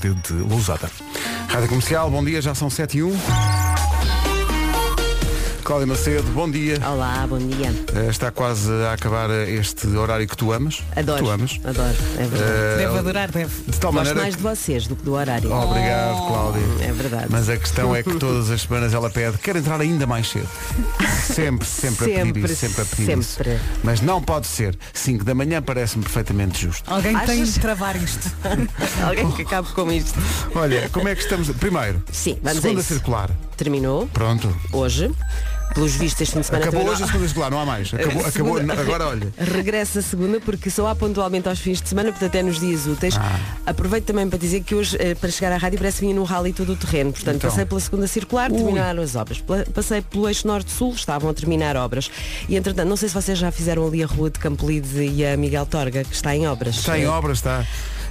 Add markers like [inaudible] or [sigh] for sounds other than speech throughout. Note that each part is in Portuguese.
de, de Lousada. Rádio Comercial, bom dia, já são 7 e 1. Cláudia Macedo, bom dia. Olá, bom dia. Eh, Está quase a acabar eh, este horário que tu amas. Adoro. Que tu amas. Adoro, é verdade. Eh, Deve adorar, deve. de tal Gosto maneira mais de vocês do que do horário. Oh, Obrigado, Cláudia. É verdade. Mas a questão é que todas as semanas ela pede, quer entrar ainda mais cedo. Sempre, sempre, a pedir Sempre, isso, sempre a pedir isso. sempre. Mas não pode ser. 5 da manhã parece-me perfeitamente justo. Alguém tem Achas? de travar [laughs] isto. [laughs] Alguém que acabe com isto. Olha, como é que estamos? Primeiro, Sim, vamos a segunda isso. circular. Terminou Pronto. hoje. Pelos vistos este fim de semana Acabou também hoje não- a segunda circular, não há [laughs] mais. Acabou, Segunda- acabou agora olha. Regressa a segunda porque só há pontualmente aos fins de semana, portanto é nos dias úteis. Ah. Aproveito também para dizer que hoje, eh, para chegar à rádio, parece que vinha num rally todo o terreno. Portanto, Então. passei pela segunda circular, Ui. terminaram as obras. Pela- Passei pelo eixo norte-sul, estavam a terminar obras. E entretanto, não sei se vocês já fizeram ali a rua de Campolide e a Miguel Torga, que está em obras. Está em Eh, obras, está.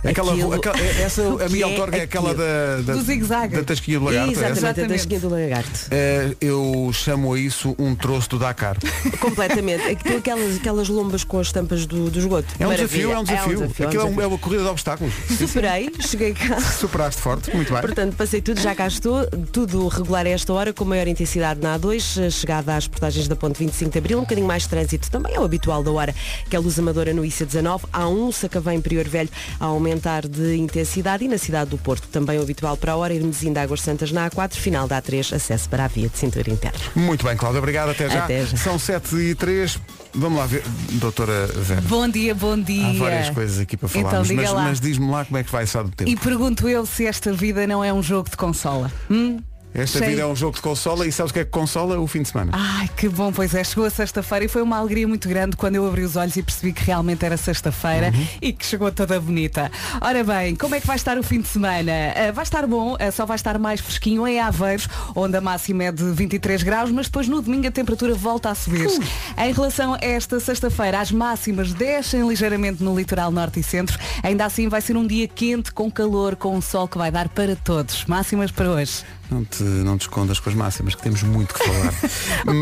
Aquela, Aquilo- rua- aquela- eh, [laughs] essa, O que a minha é autorga é aquela da, da, Do zigue-zague. da Tasquinha do Lagarto. é essa? Exatamente, a Exatamente. tasquinha do lagarto. Eh, eu chamo a isso um troço do Dakar. Completamente. Aquilo, aquelas, aquelas lombas com as tampas do, do esgoto. É [laughs] um Maravilha. desafio, é um é um desafio. Aquilo é, um- desafio. é uma corrida de obstáculos. Superei, cheguei cá. Superaste forte, muito bem. Portanto, passei tudo, já cá estou, tudo regular a esta hora, com maior intensidade na A2, eh, chegada às portagens da Ponte 25 de Abril, um bocadinho mais de trânsito também, é o habitual da hora, que é a luz amadora no IC19, A1, Sacavém Interior Velho, a aumentar de intensidade e na cidade do Porto, também o habitual para a hora, Irmezinho de Águas Santas na A4, final da A3, acesso para a via de cintura interna. Muito bem, Cláudia, obrigado, até já. Até já. São 7 e 3 Vamos lá ver, doutora Vera. Bom dia, bom dia. Há várias coisas aqui para falarmos, Então diga mas, lá. mas diz-me lá como é que vai estar do tempo. E pergunto eu se esta vida não é um jogo de consola. Hum? Esta sei. vida é um jogo de consola e sabes o que é que consola? O fim de semana. Ai, que bom, pois é, chegou a sexta-feira e foi uma alegria muito grande quando eu abri os olhos e percebi que realmente era sexta-feira Uhum. e que chegou toda bonita. Ora bem, como é que vai estar o fim de semana? Ah, vai estar bom, ah, só vai estar mais fresquinho em Aveiros, onde a máxima é de 23 graus, mas depois no domingo a temperatura volta a subir. Em relação a esta sexta-feira, as máximas descem ligeiramente no litoral norte e centro. Ainda assim vai ser um dia quente, com calor, com um sol que vai dar para todos. Máximas para hoje. Não, te, não te escondas com as máximas, que temos muito que [laughs] falar.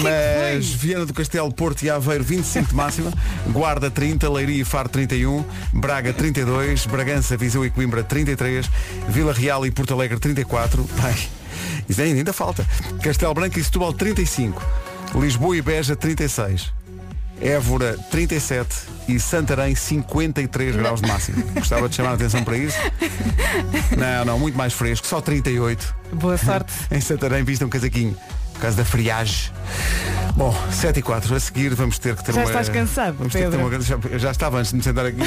Mas Viana do Castelo, Porto e Aveiro, 25 de máxima, Guarda 30, Leiria e Faro 31, Braga 32, Bragança, Viseu e Coimbra 33, Vila Real e Porto Alegre 34, bem, isso ainda, ainda falta. Castelo Branco e Setúbal 35, Lisboa e Beja 36. Évora 37 e Santarém 53 graus de máximo. Gostava de chamar a atenção para isso. Não, não, muito mais fresco, só 38. Boa sorte. [laughs] Em Santarém vista um casaquinho Por causa da friagem Bom, 7 e 4 A seguir vamos ter que ter Já uma estás cansado, vamos ter que ter Pedro. uma grande- já, eu já estava antes de me [laughs] sentar aqui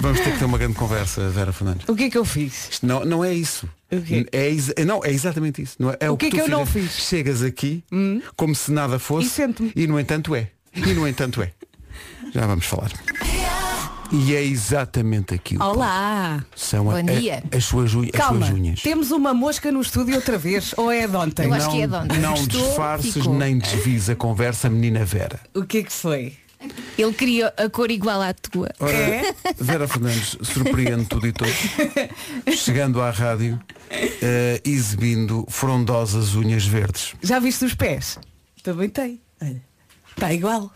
Vamos ter que ter uma grande conversa, Vera Fernandes O que é que eu fiz? Isto não, não é isso O quê? É, exa- não, é exatamente isso não é, é O o que, que é tu que eu não fizeste. fiz? Hum? Chegas aqui como se nada fosse E sento-me. e no entanto é E no entanto é Já vamos falar E é exatamente aqui o Olá! ponto. São a- Bom a- dia. as, suas, unhas- as Calma, suas unhas temos uma mosca no estúdio outra vez, ou é a de ontem? Eu acho que é de ontem. Não Gostou? disfarces Ficou. nem desvies a conversa, menina Vera. O que é que foi? É? Ele queria a cor igual à tua. Ora, É? Vera Fernandes surpreende tudo e todos, chegando à rádio, eh, exibindo frondosas unhas verdes. Já viste os pés? Também tem. Olha. Está igual.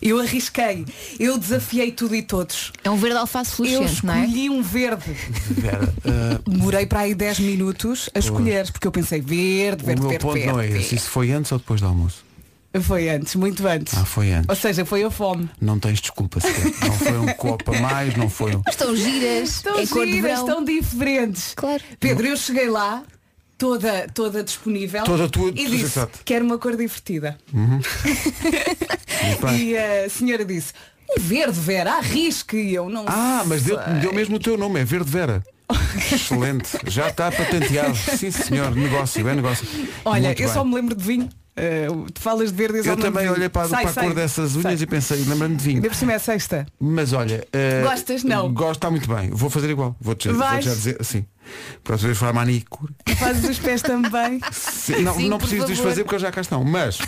Eu arrisquei. Eu desafiei tudo e todos. É um verde alface Eu fluorescente, não é? escolhi um verde. Vera, eh, [laughs] Demorei para aí 10 minutos a escolher, porque eu pensei verde, o verde, meu verde, ponto verde. não é esse. Isso foi antes ou depois do almoço? Foi antes, muito antes. Ah, foi antes. Ou seja, foi a fome. Não tens desculpa sequer. Não foi um copo a mais, não [laughs] foi um. Estão giras, Estão é cor de giras, verão. estão diferentes. Claro. Pedro, eu cheguei lá, toda, toda disponível. Toda tua- E disse, exato. quero uma cor divertida. Uhum. Muito bem. E a senhora disse, um verde, Vera, arrisque. E eu não Ah, mas deu, sei. deu mesmo o teu nome, é [laughs] Verde Vera. Excelente. Já está patenteado. Sim, senhor. Negócio, é negócio. Olha, Muito eu bem. só me lembro de vinho. Eh, tu falas de verde, eu, só Eu me lembro também de vinho. olhei para, a- Sai, para a sai, cor dessas unhas sai. e pensei, lembrando de vinho. Ainda por cima é sexta. Mas olha. eh, Gostas? Não. Gosto, está muito bem. Vou fazer igual. Vou te, vou Vais? já dizer. Sim. Próxima vez for a manicure. Fazes os pés também. Sim, não, Sim, não por preciso de os favor. fazer porque eles já cá estão. [laughs] Mas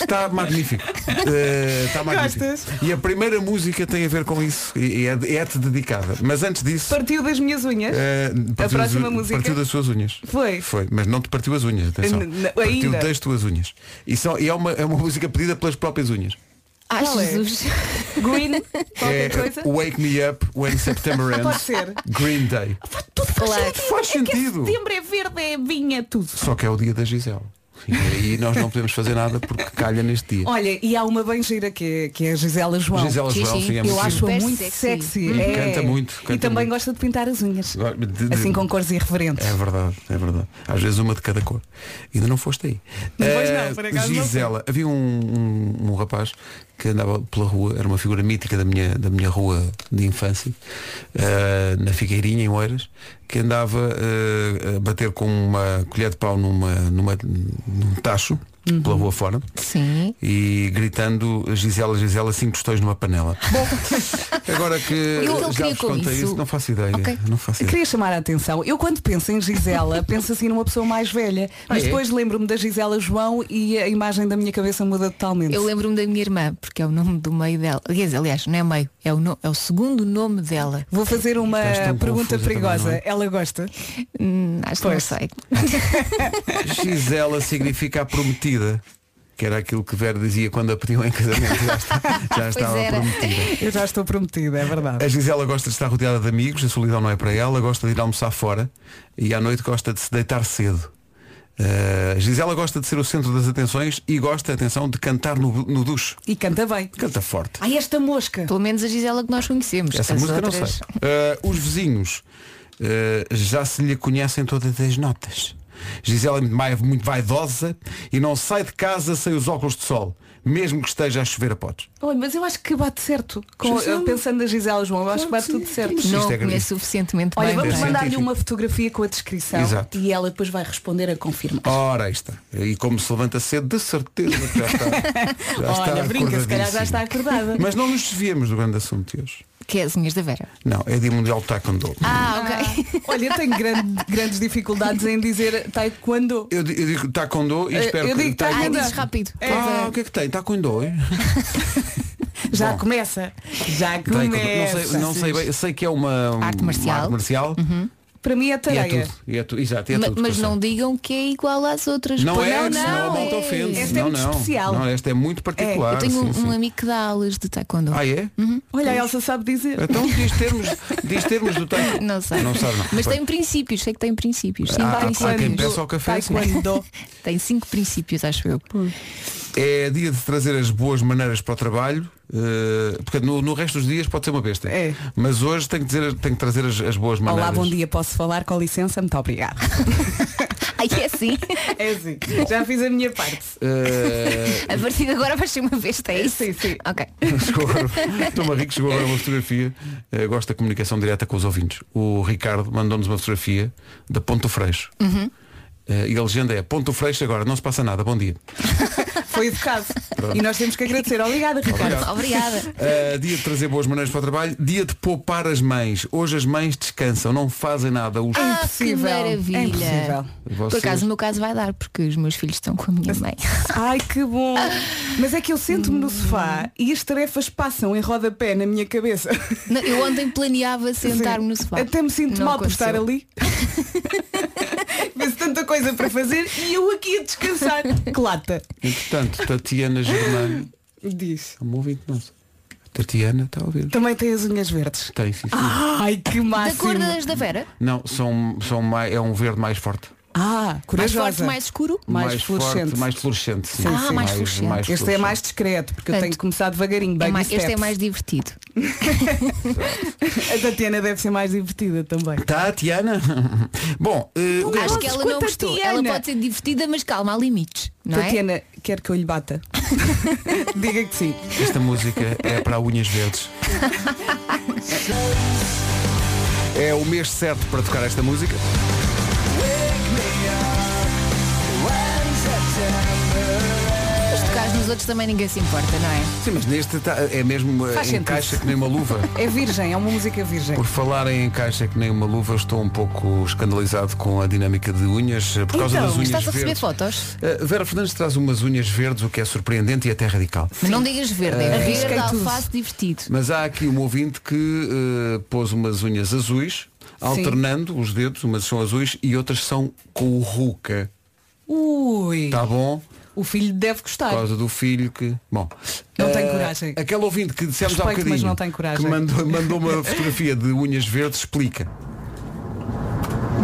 está magnífico. Eh, está magnífico. Gostas? E a primeira música tem a ver com isso. E, e é, de- é-te dedicada. Mas antes disso. Partiu das minhas unhas. eh, partiu das- próxima música? Partiu das suas unhas. Foi. Foi. Mas não te partiu as unhas, atenção. N- n- partiu ainda. das tuas unhas. E, só, e é, uma, é uma música pedida pelas próprias unhas. Ah, Qual é? Jesus. Green, É qualquer coisa. Wake Me Up When September [laughs] Pode Ends. ser. Green Day. Tudo faz Claro. sentido. Faz É que é sentido. setembro é verde, é vinha, tudo. Só que é o dia da Gisele. E aí nós não podemos fazer nada porque calha neste dia. Olha, e há uma bem gira que, é- que é a Gisela João. Gisela sim, Joel, sim. sim, é Eu muito Eu acho-a Super muito sexy. sexy. Uhum. é. Canta muito, canta e também muito. gosta de pintar as unhas. De- de- Assim com cores irreverentes. É verdade, é verdade. Às vezes uma de cada cor. Ainda não foste aí. Pois Eh, não, por acaso não Gisela, havia um, um- um rapaz que andava pela rua, era uma figura mítica da minha, da minha rua de infância, eh, na Figueirinha, em Oeiras, que andava eh, a bater com uma colher de pau numa, numa, num tacho, pela Uhum. rua fora. Sim. E gritando Gisela, Gisela, cinco tostões numa panela. Bom, agora que que ele já queria vos com contei isso? isso? não faço ideia. Ok. Não faço Eu ideia. Queria chamar a atenção. Eu quando penso em [laughs] Gisela, penso assim numa pessoa mais velha. Mas é? depois lembro-me da Gisela João e a imagem da minha cabeça muda totalmente. Eu lembro-me da minha irmã, porque é o nome do meio dela. Aliás, aliás, não é meio, é o, no- é o segundo nome dela. Vou fazer uma Estás tão pergunta confusa perigosa. também, não é? Ela gosta? Hum, acho que não Pois. sei. Gisela significa a prometida. Que era aquilo que Vera dizia quando a pediam em casamento. Já, está- já estava era. prometida. Ah, [laughs] Eu já estou prometida, é verdade. A Gisela gosta de estar rodeada de amigos, a solidão não é para ela, gosta de ir almoçar fora e à noite gosta de se deitar cedo. Uh, Gisela gosta de ser o centro das atenções e gosta, atenção, de cantar no, no duche. E canta bem. Canta forte. Ai, esta mosca. Pelo menos a Gisela que nós conhecemos. Essa As música não outras- sei. Uh, os vizinhos uh, já se lhe conhecem todas as notas. Gisela é muito mai- muito vaidosa e não sai de casa sem os óculos de sol, mesmo que esteja a chover a potes. Olha, mas eu acho que bate certo. Com- Gisela. pensando na Gisela João, eu acho que bate tudo certo. Isto é Não a grave. conheço suficientemente Olha, bem. vamos bem. para- mandar- mandar-lhe uma fotografia com a descrição Exato. e ela depois vai responder a confirmar. Ora, aí está. E como se levanta cedo, de certeza que já está. [laughs] Já Olha, brinca, se calhar já está acordadíssimo. acordada. Mas não nos desviemos do grande assunto de hoje. Que é as unhas da Vera. Não, é de Mundial de Taekwondo. Ah, ok. [laughs] Olha, eu tenho grande- grandes dificuldades em dizer taekwondo. Eu, di- eu digo Taekwondo e Eh, espero eu que. digo Ah, Taekwondo. dizes rápido. Ah, o que é que tem? Taekwondo, hein? é. Já Bom. começa. Já Taekwondo. começa. Não sei, não sei bem. Eu sei que é uma um- Arte marcial. uma arte marcial Para mim é e é tareia. tudo. E é tu, exato, e é Ma- tudo, mas que eu não digam que é igual às outras. sei. não pois é, não, senão a não, malta é. ofende. Esta é não, muito não. especial. Não, esta é muito particular. Eu tenho sim, um, sim. um amigo que dá aulas de taekwondo. Ah, é? Olha, a Elsa sabe dizer. Então diz termos, diz termos do Taekwondo. [laughs] Não sei. Não sabe, não. Mas Pois. tem princípios, sei que tem princípios. Sim, Ah, tem há quem princípios. peça ao café, sim. Taekwondo. [laughs] Tem cinco princípios, acho eu. É dia de trazer as boas maneiras para o trabalho, eh, porque no, no resto dos dias pode ser uma besta. É. Mas hoje tem que, dizer, tem que trazer as, as boas maneiras. Olá, bom dia, posso falar? Com licença, muito obrigada. [laughs] Ai, é assim. É assim, já fiz a minha parte. Eh, [laughs] A partir de agora vai ser uma vez, é isso? Sim, sim. Ok. chegou agora- Estou a rir que chegou agora uma fotografia. Eh, gosto da comunicação direta com os ouvintes. O Ricardo mandou-nos uma fotografia da Ponto Freixo. Uhum. Eh, e a legenda é Ponto Freixo agora, não se passa nada, bom dia. Foi educado. E nós temos que agradecer. Obrigada, Ricardo. Obrigado. Obrigada. Uh, dia de trazer boas maneiras para o trabalho, dia de poupar as mães. Hoje as mães descansam, não fazem nada. Os... Ah, impossível. que maravilha. É impossível. Vocês- Por acaso o meu caso vai dar, porque os meus filhos estão com a minha mãe. Ai, que bom. Mas é que eu sento-me no sofá e as tarefas passam em rodapé na minha cabeça. Não, eu ontem planeava sentar-me no sofá. Até me sinto Não mal por estar aconteceu. ali. [laughs] Mas tanta coisa para fazer e eu aqui a descansar. Que lata. Entretanto, Tatiana Ah. Germano, Diz. é um ouvinte nosso. Tatiana está a ouvir. Também tem as unhas verdes. Tem, sim, sim. [laughs] Ah. Ai, que Da máximo. cor das da Vera? Não, são, são mais, é um verde mais forte. Ah, Mais corajosa. forte, mais escuro? Mais forte, fluorescente. mais fluorescente. Sim. Ah, mais fluorescente. Este é mais discreto, porque eu Portanto, tenho que começar devagarinho. É baby mais- este é steps. mais divertido. [laughs] A Tatiana deve ser mais divertida também. Tá. Tatiana? [laughs] Bom, eh, o que é Acho que- que Mas ela com não a gostou. Tatiana. Ela pode ser divertida, mas calma, há limites. Não é? [laughs] Tatiana, quer que eu lhe bata? Diga que sim. esta música é para unhas verdes. É o mês certo para tocar esta música. Mas tocar nos outros também ninguém se importa, não é? Sim, mas neste tá- é mesmo eh, Faz em sentido. caixa que nem uma luva. É virgem, é uma música virgem. Por falarem em caixa que nem uma luva, estou um pouco escandalizado com a dinâmica de unhas eh, por causa Então, das unhas Estás a receber verdes. fotos? Eh, Vera Fernandes traz umas unhas verdes, o que é surpreendente e até radical. Mas não digas verde, é verde, Arrisquei tudo. alface, divertido. Mas há aqui um ouvinte que eh, pôs umas unhas azuis, alternando os dedos, umas são azuis e outras são com o ruca. Ui. Está Tá bom? O filho deve gostar. Por causa do filho que. Bom. Não eh, tenho coragem. Aquele ouvinte que dissemos há um Respeito, bocadinho. mas não tenho coragem. Que mandou, [laughs] mandou uma fotografia de unhas verdes, explica.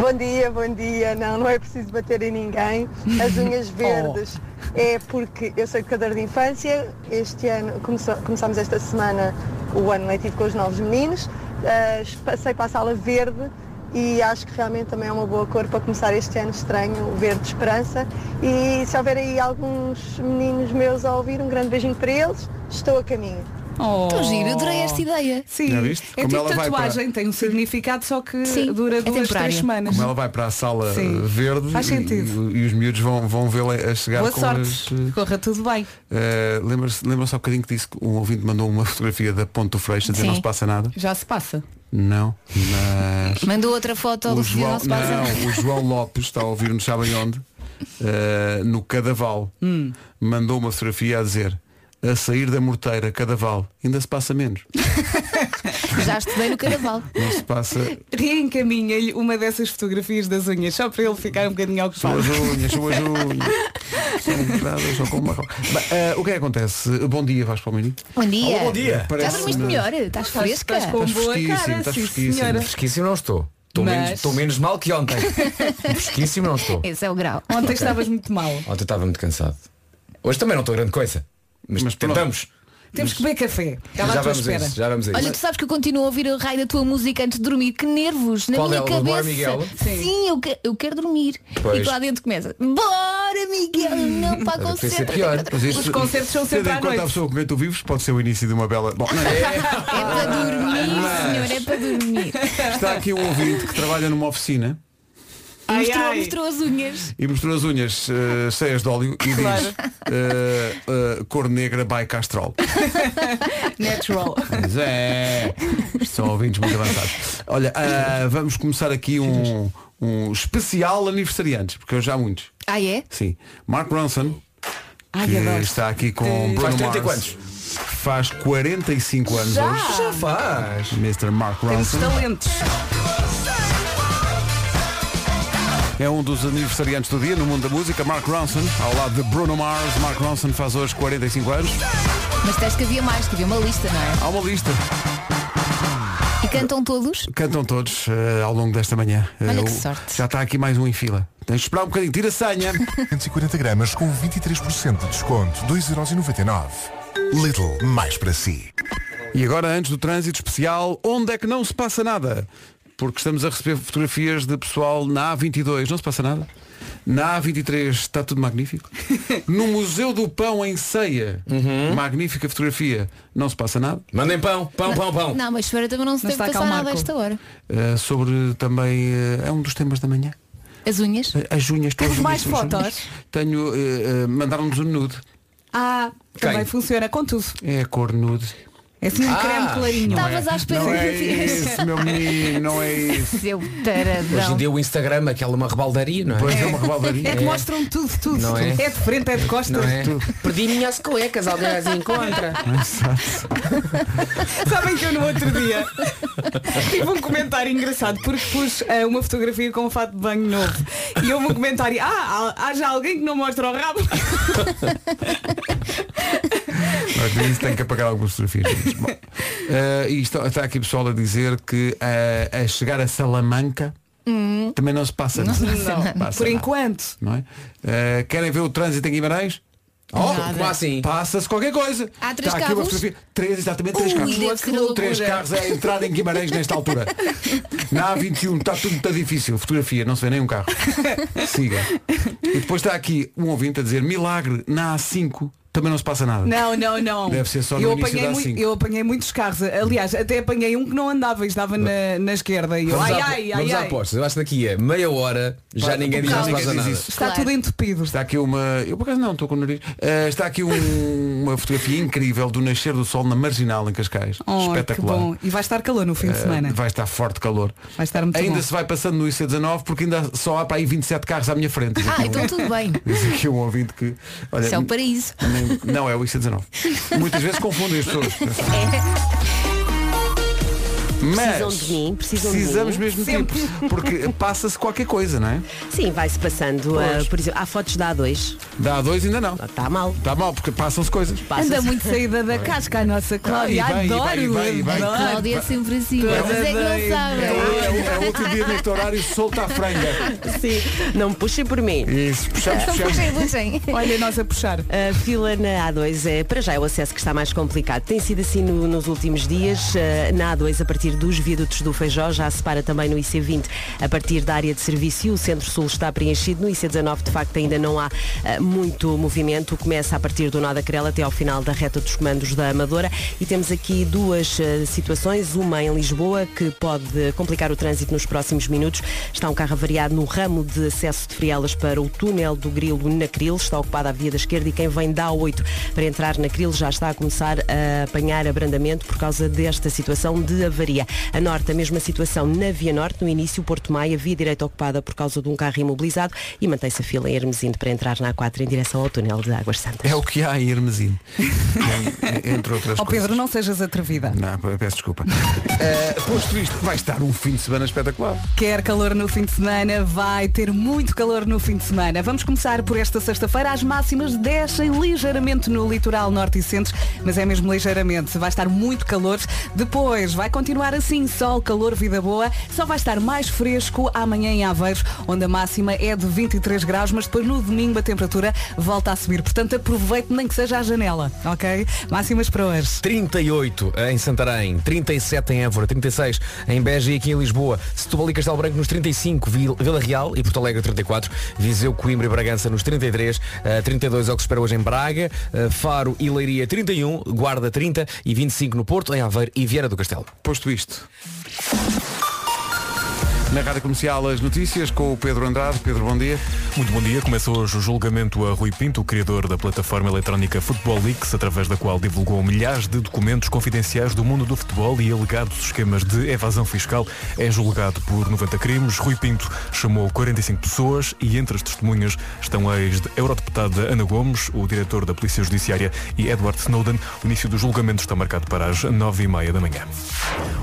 Bom dia, bom dia. Não, não é preciso bater em ninguém. As unhas verdes é porque eu sou educadora de infância. Este ano começou, começámos esta semana o ano letivo com os novos meninos. Ah, passei para a sala verde e acho que realmente também é uma boa cor para começar este ano estranho, o verde esperança. E se houver aí alguns meninos meus a ouvir, um grande beijinho para eles. Estou a caminho. Oh. Tão giro, adorei esta ideia. Sim, Já viste? é Como tipo ela vai tatuagem, tem um significado, só que Sim, dura é duas, temporária. três semanas. Como ela vai para a sala Sim. eh, verde Faz e- sentido. E, e os miúdos vão, vão vê-la a chegar Boa com sorte, as. eh, corra tudo bem. eh, Lembra-se lembra há bocadinho que disse que um ouvinte mandou uma [laughs] fotografia da Ponte do Freixo a dizer Sim. não se passa nada? Já se passa. Não, mas. Mandou outra foto O do filho João, não se passa. não, o João Lopes está a ouvir-nos sabem onde Eh, no Cadaval Hum. mandou uma fotografia a dizer a sair da morteira Cadaval ainda se passa menos [laughs] Já estudei no carnaval. não se passa Reencaminha-lhe uma dessas fotografias das unhas, só para ele ficar um bocadinho são ocupado. as unhas [laughs] são as unhas são entradas são como uma roca. Bem, eh, o que é que acontece bom dia Vasco Palmeirinho Bom dia. Olá, bom dia. Já Parece- dormiste melhor? Estás Estás- fresca? estás com Estás boa Tá fresquíssimo, cara, estás sim fresquíssimo. senhora. Tá Fresquíssimo não estou. Estou Mas- menos, estou menos mal que ontem. Fresquíssimo [laughs] não estou. [laughs] Esse é o grau. Ontem estavas muito mal. Ontem estava muito cansado. Hoje também não estou grande coisa. Mas, Mas pronto. tentamos. Temos que beber café. Estava Tá já à tua vamos a espera. isso. Já vamos a Olha, isso. tu sabes que eu continuo a ouvir a raio da tua música antes de dormir. Que nervos, na Qual minha é? O cabeça. Bora, Miguel? Sim, eu, que- eu quero dormir. Pois. E tu lá dentro começa. Bora, Miguel! Não, pá, Era para ser concentra. pior. Mas isto- Os concertos são tendo sempre em à conta a noite. pessoa com quem tu vives pode ser o início de uma bela Bom, não é? [laughs] É para dormir, Ah, senhor, é para dormir. está aqui um ouvinte que trabalha numa oficina Ai, mostrou, ai. mostrou as unhas. e mostrou as unhas eh, cheias de óleo e diz eh, eh, cor negra by Castrol [laughs] Natural. Pois é. Isto são ouvintes muito avançados. Olha, ah, vamos começar aqui um, um especial aniversariantes, porque eu já há muitos. Ah, é? Sim. Mark Ronson, Ai, que adoro. está aqui com Bruno Faz Mars. 30 e Faz 45 anos hoje. Já faz. Mr. Mark Temos Ronson talentos. é um dos aniversariantes do dia no mundo da música. Mark Ronson, ao lado de Bruno Mars. Mark Ronson faz hoje 45 anos. Mas tens que havia mais, que havia uma lista, não é? Há uma lista. E cantam todos? Cantam todos eh, ao longo desta manhã. Olha Eh, que o- sorte. Já está aqui mais um em fila. Tens de esperar um bocadinho. Tira [laughs] a senha. 140 gramas com 23% de desconto, 2,99€. Little, mais para si. E agora, antes do trânsito especial, onde é que não se passa nada? Porque estamos a receber fotografias de pessoal na A22, não se passa nada. Na A23 está tudo [laughs] magnífico. No Museu do Pão em Ceia, Uhum. magnífica fotografia, não se passa nada. Mandem pão, pão, pão, pão. Não, mas feira também não se Não deve está cá o passar nada a Marco. esta hora. Eh, sobre também. eh, é um dos temas da manhã. As unhas? Eh, As unhas todas. Tens mais as unhas. fotos? Tenho. eh, eh, Mandaram-nos um nude. Ah, também Quem? funciona com tudo. É a cor nude. É assim um Ah, creme clarinho. Estavas à espera Não é que dias. isso, meu menino, não é isso. Seu Hoje em [laughs] taradão. dia o Instagram, aquela uma rebaldaria, não é? Pois é [laughs] uma rebaldaria. É que mostram tudo, tudo. Não é? de frente, é de costas. Não é? [laughs] Perdi minhas cuecas, alguém as encontra. [laughs] Sabem que eu no outro dia tive um comentário engraçado porque pus eh, uma fotografia com um fato de banho novo e houve um comentário, ah, há, há já alguém que não mostra o rabo. Mas por isso tem que apagar algumas fotografias. Mas, bom. Eh, e está, está aqui pessoal a dizer que eh, a chegar a Salamanca também não se passa não, Passa Hum. Por nada, enquanto. não é? Eh, querem ver o trânsito em Guimarães? Oh, como assim? Passa-se qualquer coisa. Há três Está aqui uma carros? fotografia. Três, exatamente, três Ui, deve carros. um, ser loucura. Três carros a entrar em Guimarães [laughs] nesta altura. Na A21 está tudo muito difícil. Fotografia, não se vê nenhum [laughs] carro. Siga. E depois está aqui um ouvinte a dizer milagre na A5 também não se passa nada. Não, não, não. Deve ser só no eu início apanhei da mui- A5. Eu apanhei muitos carros. Aliás, até apanhei um que não andava e estava na, na esquerda. E eu, ai, à- ai, ai, vamos à ai. apostas. Eu acho que daqui a meia hora já ninguém diz, não se Ninguém passa diz nada. isso. Está Claro. tudo entupido. Está aqui uma. Eu por acaso não, estou com o nariz. Eh, está aqui um- uma fotografia incrível do nascer do sol na marginal em Cascais. Oh, que Espetacular. bom. E vai estar calor no fim de Eh, semana. vai estar forte calor. Vai estar muito ainda bom. se vai passando no IC19 porque ainda só há para aí 27 carros à minha frente. Diz aqui Ah, um- então tudo bem. [laughs] Diz aqui um ouvinte que. Olha, Isso é o paraíso. nem- não, [laughs] É, é o IC19. Muitas vezes confundem as pessoas. [laughs] Precisam de mim, precisam de precisamos mim. mesmo tempo. [laughs] Porque passa-se qualquer coisa, não é? Sim, vai-se passando. ah, por exemplo, há fotos da A2. Dá a dois ainda não. Está Tá mal. Está mal, porque passam-se coisas. Passa-se. Anda muito saída da casca a nossa Cláudia. Ah, e bem, e bem, Adoro, e bem, e bem. adoro. Cláudia é sempre assim, mas é que bem. não É, o- é sabem. o- é o outro dia neste horário solta a franga. [laughs] Sim, não me puxem por mim. Isso, puxamos, Então puxamos. puxem, puxem. Olha nós a puxar. A fila na A2 é para já é o acesso que está mais complicado. Tem sido assim no- nos últimos dias. eh, na A2, a partir dos viadutos do Feijó, já se para também no IC20 a partir da área de serviço e o centro-sul está preenchido. No IC19, de facto, ainda não há eh, muito movimento. Começa a partir do Nada Crela até ao final da reta dos comandos da Amadora. E temos aqui duas eh, situações. Uma em Lisboa, que pode complicar o trânsito nos próximos minutos. Está um carro avariado no ramo de acesso de Frielas para o túnel do Grilo na Cril. Está ocupada a via da esquerda e quem vem da A8 para entrar na Cril já está a começar a apanhar abrandamento por causa desta situação de avaria. A Norte, a mesma situação na Via Norte. No início, Porto Maia, via direita ocupada por causa de um carro imobilizado e mantém-se a fila em Hermesinde para entrar na A4 em direção ao túnel de Águas Santas. É o que há em [laughs] Hermesino. Entre outras Ó Oh, coisas. Pedro, não sejas atrevida. Não, peço desculpa. [laughs] Eh, posto isto, vai estar um fim de semana espetacular. Quer calor no fim de semana, vai ter muito calor no fim de semana. Vamos começar por esta sexta-feira. As máximas descem ligeiramente no litoral norte e centro, mas é mesmo ligeiramente. Vai estar muito calor. Depois vai continuar assim, sol, calor, vida boa. Só vai estar mais fresco amanhã em Aveiro, onde a máxima é de 23 graus, mas depois no domingo a temperatura volta a subir. Portanto, aproveite nem que seja à janela, ok? Máximas para hoje. 38 em Santarém, 37 em Évora, 36 em Beja e aqui em Lisboa, Setúbal e Castelo Branco nos 35, Vil- Vila Real e Porto Alegre 34, Viseu, Coimbra e Bragança nos 33, eh, 32 é o que se espera hoje em Braga, eh, Faro e Leiria 31, Guarda 30 e 25 no Porto, em Aveiro e Vieira do Castelo. Posto isto. Na Rádio Comercial as notícias com o Pedro Andrade. Pedro, bom dia. Muito bom dia. Começou hoje o julgamento a Rui Pinto, o criador da plataforma eletrónica Futebol Leaks, através da qual divulgou milhares de documentos confidenciais do mundo do futebol e alegados esquemas de evasão fiscal. É julgado por 90 crimes. Rui Pinto chamou 45 pessoas e entre as testemunhas estão a ex-eurodeputada Ana Gomes, o diretor da Polícia Judiciária e Edward Snowden. O início do julgamento está marcado para as 9h30 da manhã.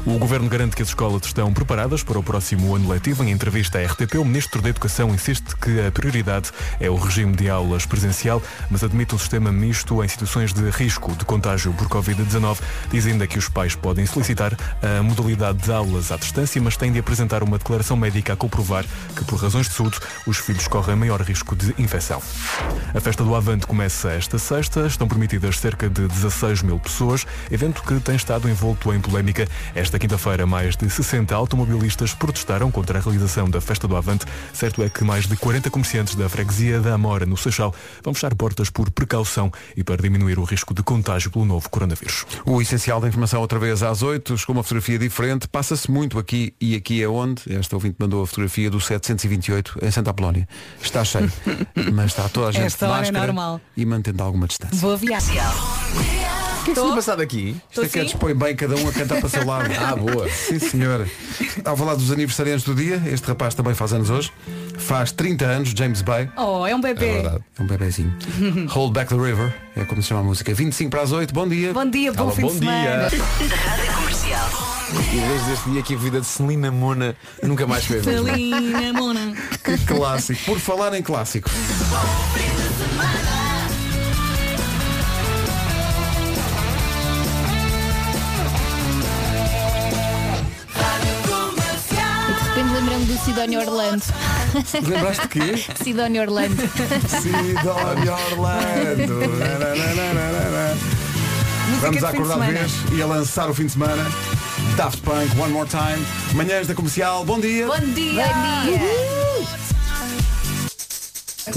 O Governo garante que as escolas estão preparadas para o próximo ano letivo. Em entrevista à RTP, o Ministro da Educação insiste que a prioridade é o regime de aulas presencial, mas admite um sistema misto em situações de risco de contágio por Covid-19, diz ainda que os pais podem solicitar a modalidade de aulas à distância, mas têm de apresentar uma declaração médica a comprovar que, por razões de saúde, os filhos correm maior risco de infecção. A festa do Avante começa esta sexta. Estão permitidas cerca de 16 mil pessoas, evento que tem estado envolto em polémica. Esta quinta-feira, mais de 60 automobilistas protestaram contra a realização da festa do Avante. Certo é que mais de 40 comerciantes da freguesia da Amora, no Seixal, vão fechar portas por precaução e para diminuir o risco de contágio pelo novo coronavírus. O essencial da informação outra vez às 8, com uma fotografia diferente. Passa-se muito aqui e aqui é onde. Esta ouvinte mandou a fotografia do 728 em Santa Apolónia. Está [laughs] cheio, mas está toda a gente Esta de hora é máscara normal. e mantendo alguma distância. Boa viagem. O que é que se tinha passado aqui? Isto é que sim. dispõe bem cada um a cantar para o [laughs] seu lado. ah, boa. Sim, senhora. Ao falar dos aniversariantes do dia, este rapaz também faz anos hoje. Faz 30 anos, James Bay. Oh, é um bebê. É [laughs] um bebezinho. Hold Back the River, é como se chama a música. 25 para as 8, bom dia. Bom dia, bom Alô, fim de semana. E desde este dia que a vida de Celina Mona nunca mais foi a mesma. Celina Mona. Que clássico. Por falar em clássico. De repente lembrando do Sidónio Orlando. Lembraste que? Sidónio Orlando. Sidónia Orlando. Na, na, na, na, na, na. Vamos de fim de acordar de semana. vez e a lançar o fim de semana. Daft Punk, One More Time. Manhãs da Comercial, bom dia. Bom dia! Bom dia!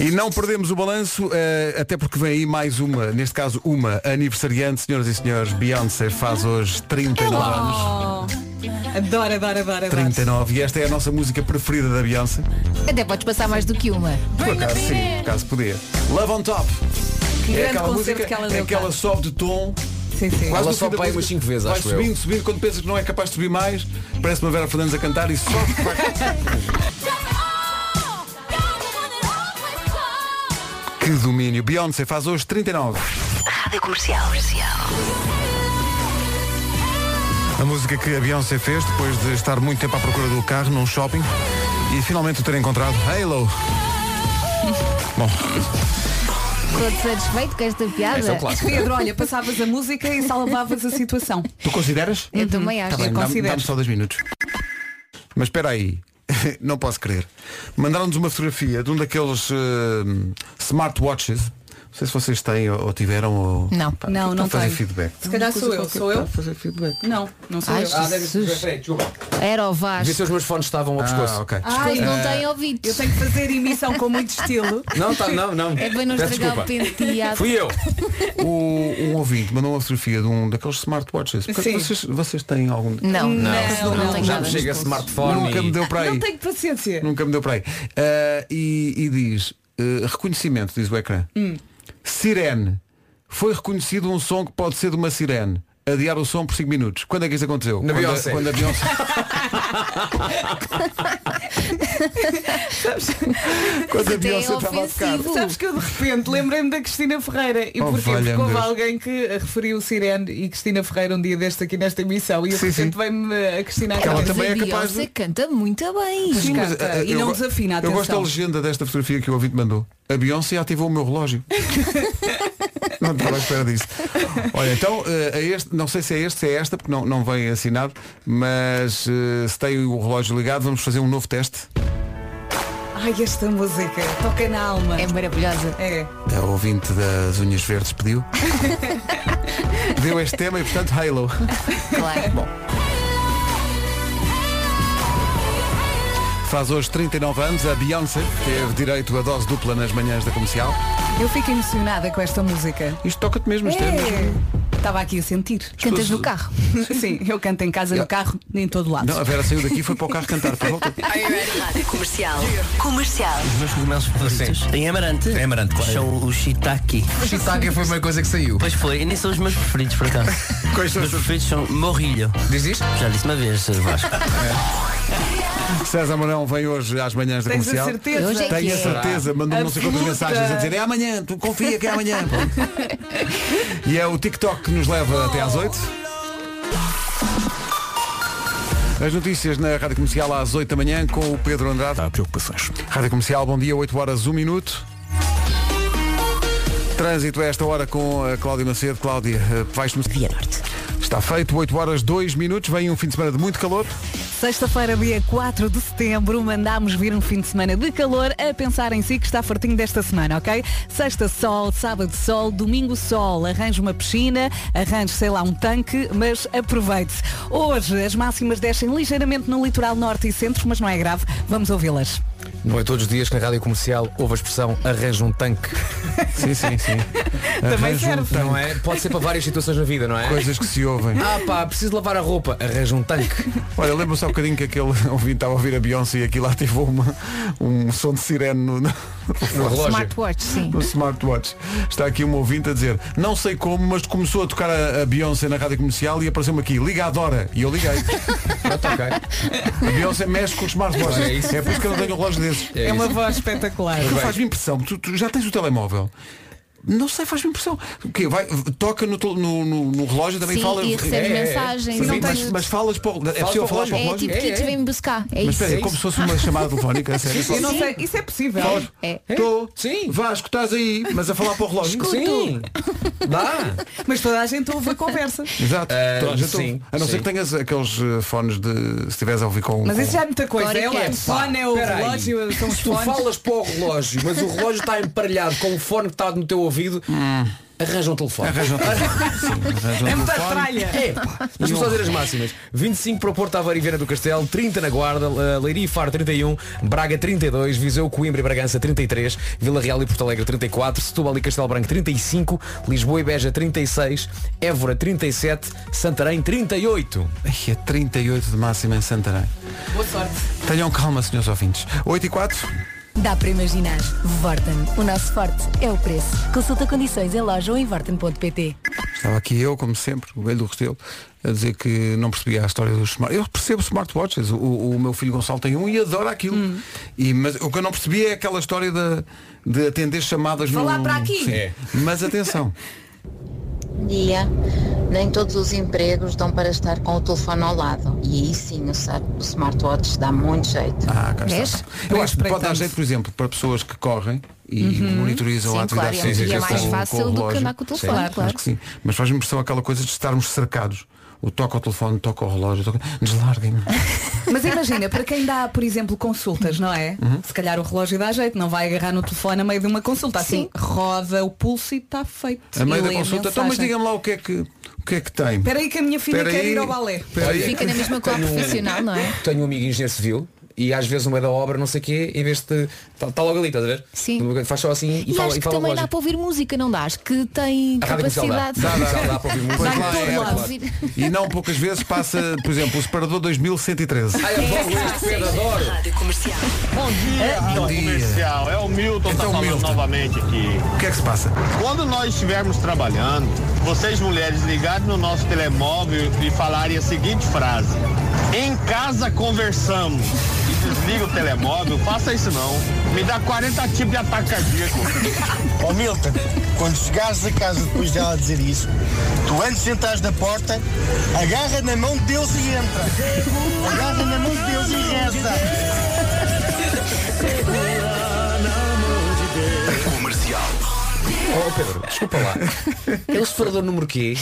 E não perdemos o balanço, eh, até porque vem aí mais uma, neste caso uma aniversariante, senhoras e senhores, Beyoncé faz hoje 39 anos. Adoro, adoro, adoro, adoro. 39 e esta é a nossa música preferida da Beyoncé. Até podes passar mais do que uma. Por acaso sim, por acaso podia. Love on Top. Que é grande aquela concerto música que ela é deu. que ela sobe de tom. Sim, sim. Quase Ela no fim sobe da para música, aí umas cinco vezes, vai acho eu. subindo, subindo, quando pensas que não é capaz de subir mais, parece uma Vera Fernandes a cantar e sobe. [laughs] que domínio. Beyoncé faz hoje 39. Rádio Comercial. A música que a Beyoncé fez depois de estar muito tempo à procura do carro num shopping e finalmente o ter encontrado. [laughs] Halo! Bom, Estou satisfeito com esta piada. Esse é o clássico. Pedro, olha, passavas a música e salvavas a situação. tu consideras? Eu também acho. Tá bem, Eu dá-me considero. dá-me só dois minutos. Mas espera aí, [laughs] não posso crer. Mandaram-nos uma fotografia de um daqueles eh, smartwatches. Não sei se vocês têm ou, ou tiveram ou. Não. Não, está não a então fazer tenho. feedback. Se calhar sou eu, sou eu? fazer feedback. Não, não sou Ai, eu. Ah, Ah, Jesus. Era o Vasco. Vi se os meus fones estavam ao Ah, pescoço. Eh, ok. Ai, não tem ouvidos. Eu tenho que fazer emissão com muito estilo. Não, tá, não, não. É para não Peço estragar o desculpa. penteado. Fui eu. O, um ouvinte mandou uma fotografia de um daqueles smartwatches. Porque Sim. Vocês, vocês têm algum. Não, Não, não, não, tenho Já nada. me chega smartphone. Nunca e- me deu para Não aí. tenho paciência. Nunca me deu para aí. Ah, e, e diz, eh, reconhecimento, diz o ecrã. Hum. Sirene. Foi reconhecido um som que pode ser de uma sirene. Adiar o som por 5 minutos. Quando é que isso aconteceu? Na quando, a- Beyoncé. quando a Beyoncé. quando a Até é Beyoncé estava a tocar. ofensivo. Sabes que eu de repente lembrei-me da Cristina Ferreira e Oh, porquê? Porque valha-me houve Deus. alguém que referiu Sirene e Cristina Ferreira um dia deste aqui nesta emissão e eu de Sim, sim. repente veio-me a Cristina à Ela cabeça. também é Mas a capaz de- Beyoncé canta muito bem. Sim, mas, Mas, eh, eh, e eu não go- desafina, Eu gosto da atenção. legenda desta fotografia que o ouvinte mandou. A Beyoncé ativou o [laughs] meu relógio. não estava à espera disso. Olha, então, eh, a este, não sei se é este, se é esta, porque não, não vem assinado, mas eh, se tem o relógio ligado, vamos fazer um novo teste. Ai, esta música toca na alma. É maravilhosa. É. A ouvinte das unhas verdes pediu. [laughs] pediu este tema e, portanto, Halo. Claro. Faz hoje 39 anos, a Beyoncé teve direito a dose dupla nas manhãs da comercial. Eu fico emocionada com esta música. Isto toca-te mesmo, isto é mesmo. É. Estava aqui a sentir. Cantas no [laughs] carro. Sim, eu canto em casa, no carro, em todo lado. Não, a Vera saiu daqui e foi para o carro [laughs] cantar. Pá, volta. Rádio Comercial. Comercial. Os meus cogumelos favoritos. Em Amarante? Em Amarante, claro. São os shiitake. O Shiitake foi uma coisa que saiu. Pois foi, e nem são os meus preferidos, por acaso. Quais os são meus os preferidos são morrilho. Diz isto? Já disse uma vez, Vasco. César Mourão vem hoje às manhãs da Tens a comercial. certeza? Hoje é que Tenho a certeza, mandou não sei quantas Absoluta. mensagens a dizer é amanhã, tu confia que é amanhã. [laughs] Pô. e é o TikTok que nos leva até às 8. As notícias na Rádio Comercial às 8 da manhã com o Pedro Andrade. Há preocupações. Rádio Comercial, bom dia, 8 horas, 1 minuto. Trânsito a esta hora com a Cláudia Macedo. Cláudia, eh, vais-me... Via Norte. Está feito, 8 horas, 2 minutos. Vem um fim de semana de muito calor. Sexta-feira, dia 4 de setembro, mandámos vir um fim de semana de calor a pensar em si que está fartinho desta semana, ok? Sexta sol, sábado sol, domingo sol, arranje uma piscina, arranje, sei lá, um tanque, mas aproveite-se. Hoje as máximas descem ligeiramente no litoral norte e centro, mas não é grave, vamos ouvi-las. Não é todos os dias que na rádio comercial houve a expressão arranja um tanque. Sim, [laughs] sim, sim. Também serve. Não é? Pode ser para várias situações na vida, não é? Coisas que se ouvem. Ah pá, preciso lavar a roupa. Arranja um tanque. [laughs] Olha, lembro só um bocadinho que aquele [laughs] ouvinte estava a ouvir a Beyoncé e aquilo ativou uma, um som de sirene no, no- No relógio. Smartwatch, sim. no smartwatch. Está aqui um ouvinte a dizer, não sei como, mas começou a tocar a, a Beyoncé na rádio comercial e apareceu-me aqui, liga a Dora. E eu liguei. [laughs] Pronto, ok. A Beyoncé mexe com os smartwatches. É isso. É por isso que eu não tenho um relógio desses. É É uma isso. voz espetacular. Aquilo faz-me impressão, tu, tu já tens o telemóvel. Não sei, faz-me impressão. O quê? Vai, toca no, tel- no, no- no relógio, também Sim, fala. e recebe é, é. mensagens. Mas- não mas, tenho- mas falas para o. É possível falar para o É relógio? tipo É, kit, é. vem-me buscar. É Mas isso. espera, é como se fosse [laughs] uma chamada telefónica, a [laughs] sério. Eu não sei, isso é possível. Fala- É. Estou. Sim. Vasco, estás aí, mas a falar para o relógio. Sim. Dá. Mas toda a gente ouve a conversa. Exato. Ah, Toda a gente sim, ouve. a não sim. ser que tenhas aqueles eh, fones de. Se tiveres a ouvir com. Mas com- isso já é muita coisa. É o Teoricamente. telefone, é o Espera aí. relógio, são os Se tu fones. falas para o relógio, mas o relógio está emparelhado com o fone que está no teu ouvido, Ah. arranja um telefone. um Arranjam- [laughs] Sim, arranjam É muita telefone. tralha. Epá, Deixa-me só dizer as máximas 25 para o Porto Aveiro e Viana do Castelo 30 na Guarda, eh, Leiria e Faro 31 Braga 32, Viseu, Coimbra e Bragança 33 Vila Real e Porto Alegre 34 Setúbal e Castelo Branco 35 Lisboa e Beja 36 Évora 37 Santarém um, 38 Ai, é 38 de máxima em Santarém. Boa sorte. Tenham calma, senhores ouvintes. 8 e 4. Dá para imaginar. Vorten. O nosso forte é o preço. Consulta condições em loja ou em vorten.pt. Estava aqui eu, como sempre, o velho do Restelo, a dizer que não percebia a história dos smart. Eu percebo smartwatches. O, o meu filho Gonçalo tem um e adora aquilo. Hum. E, mas o que eu não percebi é aquela história de, de atender chamadas Vá no. lá para aqui. [laughs] Sim. É. Mas atenção. Bom dia. Nem todos os empregos dão para estar com o telefone ao lado. E aí sim, o sa- o smartwatch dá muito jeito. Ah, cá está. Eu acho que pode dar jeito, por exemplo, para pessoas que correm e Uhum. monitorizam Sim, a atividade claro, é um física dia mais com, fácil com do o que relógio. andar com o telefone, Sim, claro. acho que sim. Mas faz-me impressão aquela coisa de estarmos cercados. O toca ao telefone, toca ao relógio, toca... [laughs] deslarguem-me. Mas imagina, para quem dá, por exemplo, consultas, não é? Uhum. Se calhar o relógio dá jeito, não vai agarrar no telefone a meio de uma consulta. Assim, roda o pulso e está feito. A E meio da lê consulta, então, mas mensagem. diga-me lá o que é que, o que, é que tem. Espera aí que a minha filha Espera quer aí. ir ao balé. Espera aí. Fica na mesma cola Tenho um- profissional, não é? Tenho um amigo engenheiro civil e às vezes não é da obra, não sei o quê, em vez de. Está logo ali, estás a ver? Sim. Faz só assim e, E, fala, acho e que fala também lógico. dá para ouvir música, não dá? Acho que tem A rádio comercial dá. capacidade. Dá, dá, dá, dá para ouvir música. Dá Pois lá, para todo é, lado. claro. E não poucas vezes passa, por exemplo, o separador 2113. Rádio Comercial. Bom dia. Bom dia. É comercial. É o Milton Então, tá falando Milton. novamente aqui. O que é que se passa? Quando nós estivermos trabalhando, vocês mulheres ligarem no nosso telemóvel e falarem a seguinte frase. Em casa conversamos. E desliga o telemóvel, faça isso não. Me dá 40 tipos de ataque cardíaco. [laughs] Ó Milton, quando chegares a casa depois dela dizer isso, tu antes de entrares na porta, agarra na mão de Deus e entra. Agarra na mão de Deus e reza. Comercial. Oh Pedro, desculpa [laughs] lá. É o separador número quê?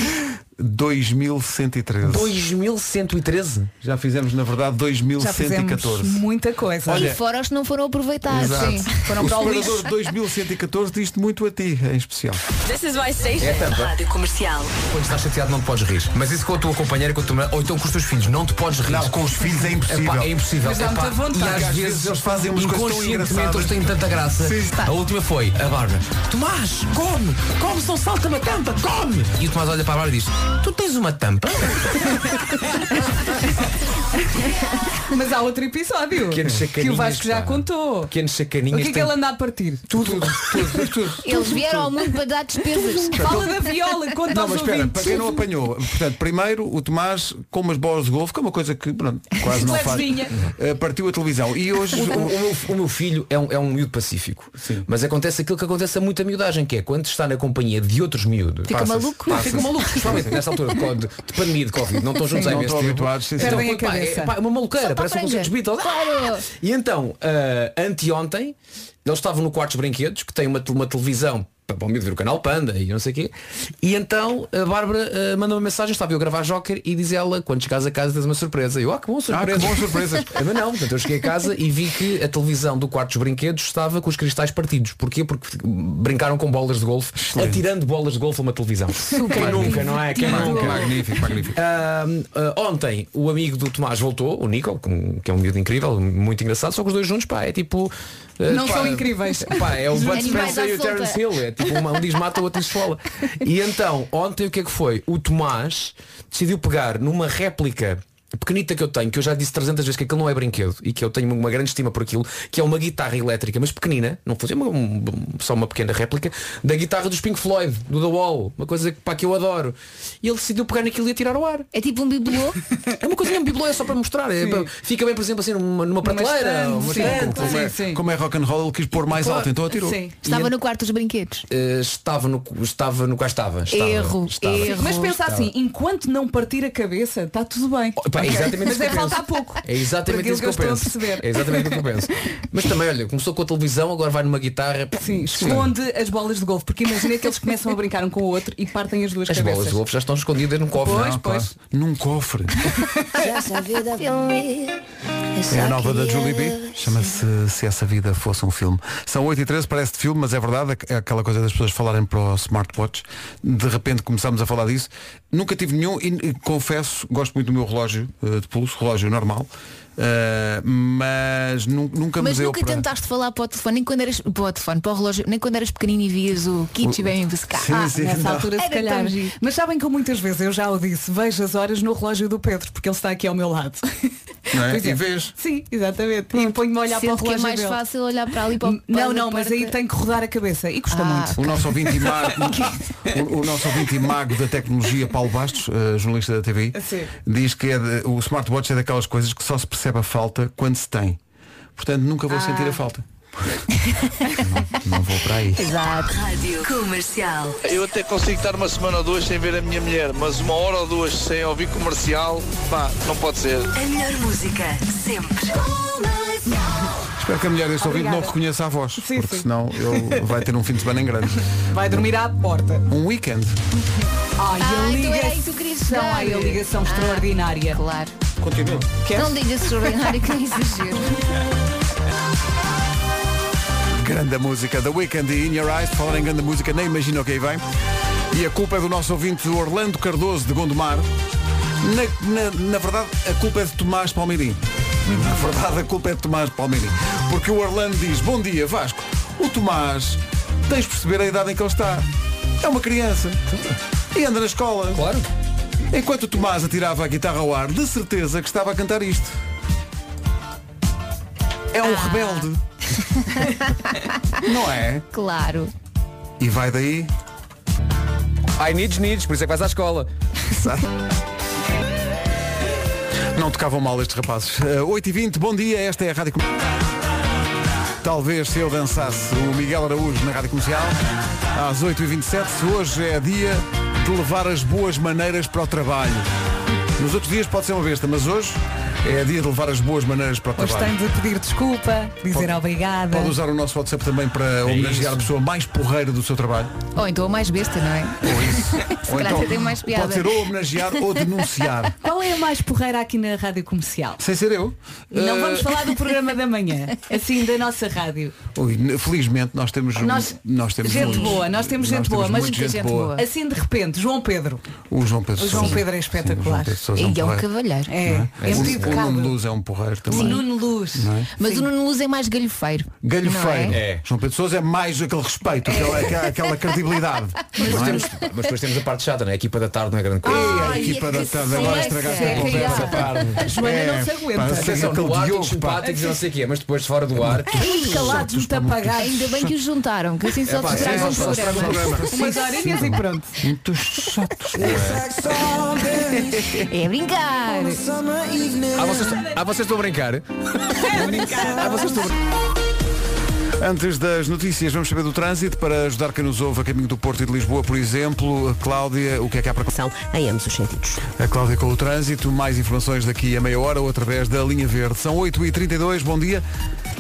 2113. 2113? Já fizemos, na verdade, Já fizemos 2114. muita coisa. Olha, E fora os que não foram aproveitados. Exato. Sim. Foram O para o separador lixo. 2114 diz-te muito a ti, em especial. This is my station. É tampa. Rádio Comercial. Quando estás chateado não te podes rir. Mas isso com a tua companheira, com a tua mulher, ou então com os teus filhos, não te podes rir. Não, com os filhos é impossível. Epá, é impossível. Mas dá Epá, muita vontade. E às vezes eles fazem umas coisas tão engraçadas. Inconscientemente eles têm tanta graça. Sim. A última foi a Bárbara. Tomás, come! Come, senão salta-me a tampa, come! E o Tomás olha para a Bárbara e diz, tu tens uma tampa? Mas há outro episódio Pequenos que o sacaninhas, Vasco já pá. contou. Pequenos O que sacaninhas. é que têm- ele anda a partir? Tudo. Eles vieram ao mundo para dar despesas. Fala da viola, conta Não, aos mas espera, ouvintes. para quem não apanhou, portanto, primeiro o Tomás com umas bolas de golfe, que é uma coisa que pronto, quase não faz. Levezinha. Eh, Partiu a televisão. E hoje O, o- o meu, o meu filho é um, é um miúdo pacífico. Mas acontece aquilo que acontece a muita miudagem, que é quando está na companhia de outros miúdos. Fica Passa-se, maluco. passa-se. Fica maluco. Principalmente nessa altura de, co- de, de pandemia de Covid. Não estão juntos é Sim, há não imenso estão tempo. habituados, sim, sim. Então, Perdem a pá, é- cabeça. pá, é uma maluqueira, Solta parece um a franja. concerto dos Beatles. Claro. E então, ah, anteontem, eles estavam no quarto dos brinquedos, que tem uma, te- uma televisão para para o miúdo ver o canal Panda e não sei o quê. E então a Bárbara ah, mandou uma mensagem, estava eu a gravar Joker e diz ela, quando chegares a casa tens uma surpresa. E eu, ah, que bom surpresa. Ah, que bom, [laughs] surpresas. Ah, Mas não, portanto, eu cheguei a casa e vi que a televisão do quarto dos brinquedos estava com os cristais partidos. Porquê? Porque brincaram com bolas de golfe, atirando bolas de golfe a uma televisão. Super. Quem nunca, não é? Quem Magnífico. nunca? Magnífico, magnífico. Ah, ah, ontem o amigo do Tomás voltou, o Nico, com- que é um miúdo incrível, muito engraçado, só que os dois juntos, pá, é tipo. ah, Não pá, são incríveis. Pá, é o Bud Animais Spencer à e o solta. Terence Hill. É tipo, uma- um diz mata, o outro diz fola. E então, ontem o que é que foi? O Tomás decidiu pegar numa réplica pequenita que eu tenho, que eu já disse 300 vezes que aquilo não é brinquedo e que eu tenho uma grande estima por aquilo, que é uma guitarra elétrica, mas pequenina, não fosse uma, um- só uma pequena réplica, da guitarra dos Pink Floyd, do The Wall, uma coisa que, pá, que eu adoro. E ele decidiu pegar naquilo e atirar ao ar. É tipo um bibelô? É uma coisinha, um bibelô é só para mostrar. é para- fica bem, por exemplo, assim, numa, numa prateleira. ah, Sim, uma sim, estante. como, é, como é rock and roll, ele quis pôr mais Claro. alto, então atirou. Sim. Estava no quarto dos brinquedos. Eh, estava no estava no cá estava, Ah, estava Erro, estava. Mas pensa Estava. assim, enquanto não partir a cabeça, está tudo bem. Pá, é Ok? exatamente Mas isso que é eu penso. falta há pouco. É exatamente Para isso que eu aquilo eu penso. estou a perceber. É exatamente o que eu penso. Mas também, olha, começou com a televisão, agora vai numa guitarra. Sim, Esconde as bolas de golfe, porque imagina que eles começam a brincar um com o outro e partem as duas As cabeças. bolas de golfe já estão escondidas num cofre. tá. Pois, pois. Num cofre. [laughs] É a nova da Julie B. Chama-se Se Essa Vida Fosse um Filme. São 8 e 13, parece de filme, mas é verdade, é aquela coisa das pessoas falarem para o smartwatch. De repente começamos a falar disso. Nunca tive nenhum e, e confesso, gosto muito do meu relógio eh, de pulso, relógio normal, eh, mas nu- nunca Mas me deu nunca para... tentaste falar para o telefone, nem quando eras para o telefone, para o relógio, nem quando eras pequenino e vias o kit bem embescado. Ah, nessa altura se calhar. Mas sabem que eu muitas vezes eu já o disse, vejo as horas no relógio do Pedro, porque ele está aqui ao meu lado. Não é? Pois é. E vês? Sim, exatamente. E ponho-me a olhar Sendo para o que é relógio mais dele. fácil olhar para ali para o Ah. para Não, ali não, mas perto. aí [laughs] tem que rodar a cabeça e custa muito. O nosso ouvinte [laughs] e mago, o, o nosso ouvinte e mago da tecnologia, Paulo Bastos, eh, jornalista da TVI, Ah, Sim. diz que é de- o smartwatch é daquelas coisas que só se percebe a falta quando se tem. Portanto, nunca vou Ah. [laughs] sentir a falta. não, não vou para aí. Exato. Rádio Comercial. Eu até consigo estar uma semana ou duas sem ver a minha mulher, mas uma hora ou duas sem ouvir comercial, pá, não pode ser. A melhor música, sempre. Espero que a mulher deste ouvinte Obrigada. não reconheça a voz, Sim, porque sim. senão ele vai ter um fim de semana em grande. Vai dormir à porta. Um weekend. Ai, Ah, a então ligação. era aí que tu querias não, dar. ai, a ligação Ah, extraordinária. Claro. Continua. Queres? Não digas extraordinário que é exagero. Grande música The Weekend e In Your Eyes. Por Falar em grande música, nem imagino o que aí vem. E a culpa é do nosso ouvinte Orlando Cardoso de Gondomar. Na, na- na verdade, a culpa é de Tomás Palmeirim. Na verdade, a culpa é de Tomás Palmeirim. Porque o Orlando diz, bom dia Vasco, o Tomás, tens de perceber a idade em que ele está. É uma criança. E anda na escola. Claro. Enquanto o Tomás atirava a guitarra ao ar, de certeza que estava a cantar isto. É um rebelde. Não é? Ah, Claro. E vai daí. Ai, needs, needs, por isso é que vais à escola. Não tocavam mal estes rapazes. Uh, 8h20, bom dia, esta é a Rádio Comercial. Talvez se eu dançasse o Miguel Araújo na Rádio Comercial, às 8h27, se hoje é dia de levar as boas maneiras para o trabalho. Nos outros dias pode ser uma besta, mas hoje é dia de levar as boas maneiras para o Hoje trabalho. tem de pedir desculpa, dizer obrigada. Pode usar o nosso WhatsApp também É para homenagear a pessoa mais porreira do seu trabalho. Ou então a mais besta, não é? Ou isso. Se Ou calhar então, até tem mais piada. Pode ser ou homenagear ou [laughs] denunciar. Qual é a mais porreira aqui na rádio comercial? Sem ser eu. Não Eh, vamos falar do programa da [laughs] manhã, assim da nossa rádio. Ui, felizmente nós temos um- Nós, nós temos gente muitos- boa, nós temos gente boa, mas muita Assim de repente, João Pedro. O João Pedro O João Sousa. Pedro é espetacular. Pedro Sousa é um E é um porreiro. cavalheiro. É, Não é O- muito O educado. Nuno Luz é um porreiro Sim. também. Luz. Não é? Mas o Nuno Luz é mais galhofeiro. Galho não feio. É? João Pedro Sousa é mais aquele respeito, [laughs] aquela, aquela, aquela credibilidade. não é? Mas depois temos a parte chata, né? A equipa da tarde não é grande coisa. Ei, a equipa da tarde agora estragaste a É, conversa. tarde. Joana não se aguenta. Atenção, aquele no ar, Diogo, todos pá. simpáticos e não sei o quê, mas depois fora do ar. Muito É, calados, muito apagados. Ainda bem que os juntaram, que assim só Epá, te sim, trazem só por um estraga o programa. ela. Umas horinhas e pronto. Muito chatos. É brincar. Ah, vocês, ah, vocês estão a brincar? Ah, vocês estão a brincar? Antes das notícias, vamos saber do trânsito para ajudar quem nos ouve a caminho do Porto e de Lisboa, por exemplo. A Cláudia, o que é que há para São em ambos os sentidos. A Cláudia com o trânsito, mais informações daqui a meia hora ou através da linha verde. São 8h32, bom dia.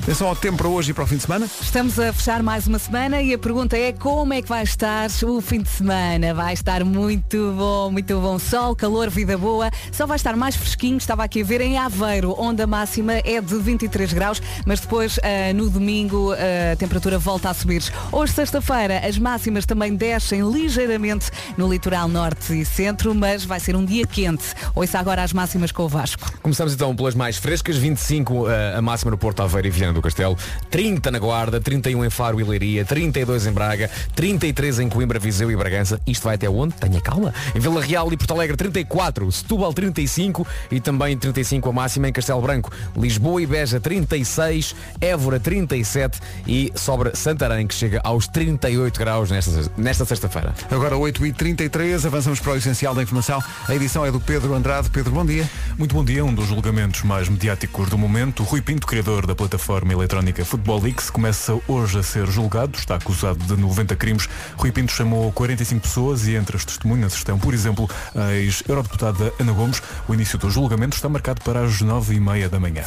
Atenção ao tempo para hoje e para o fim de semana. Estamos a fechar mais uma semana e a pergunta é como é que vai estar o fim de semana? Vai estar muito bom, muito bom sol, calor, vida boa. Só vai estar mais fresquinho, estava aqui a ver em Aveiro, onde a máxima é de 23 graus, mas depois ah, no domingo ah, a temperatura volta a subir. Hoje, sexta-feira, as máximas também descem ligeiramente no litoral norte e centro, mas vai ser um dia quente. Ouça agora as máximas com o Vasco. Começamos então pelas mais frescas, 25 eh, a máxima no Porto Aveiro e Viana do Castelo, 30 na Guarda, 31 em Faro e Leiria, 32 em Braga, 33 em Coimbra, Viseu e Bragança. Isto vai até onde? Tenha calma. Em Vila Real e Porto Alegre, 34, Setúbal, 35 e também 35 a máxima em Castelo Branco, Lisboa e Beja, 36, Évora, 37 e sobra Santarém, que chega aos 38 graus nesta, nesta sexta-feira. Agora 8h33, avançamos para o essencial da informação. A edição é do Pedro Andrade. Pedro, bom dia. Muito bom dia. Um dos julgamentos mais mediáticos do momento, Rui Pinto, criador da plataforma eletrónica Futebol X, começa hoje a ser julgado. Está acusado de 90 crimes. Rui Pinto chamou 45 pessoas e entre as testemunhas estão, por exemplo, a ex-eurodeputada Ana Gomes. O início do julgamento está marcado para as 9h30 da manhã.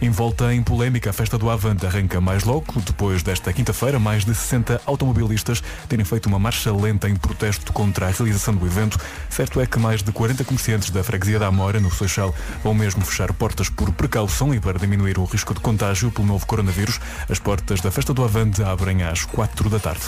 Envolta em polémica, a festa do Avante arranca mais logo. Depois desta quinta-feira, mais de 60 automobilistas terem feito uma marcha lenta em protesto contra a realização do evento. Certo é que mais de 40 comerciantes da freguesia da Amora, no Seixal, vão mesmo fechar portas por precaução e para diminuir o risco de contágio pelo novo coronavírus. As portas da festa do Avante abrem às 4 da tarde.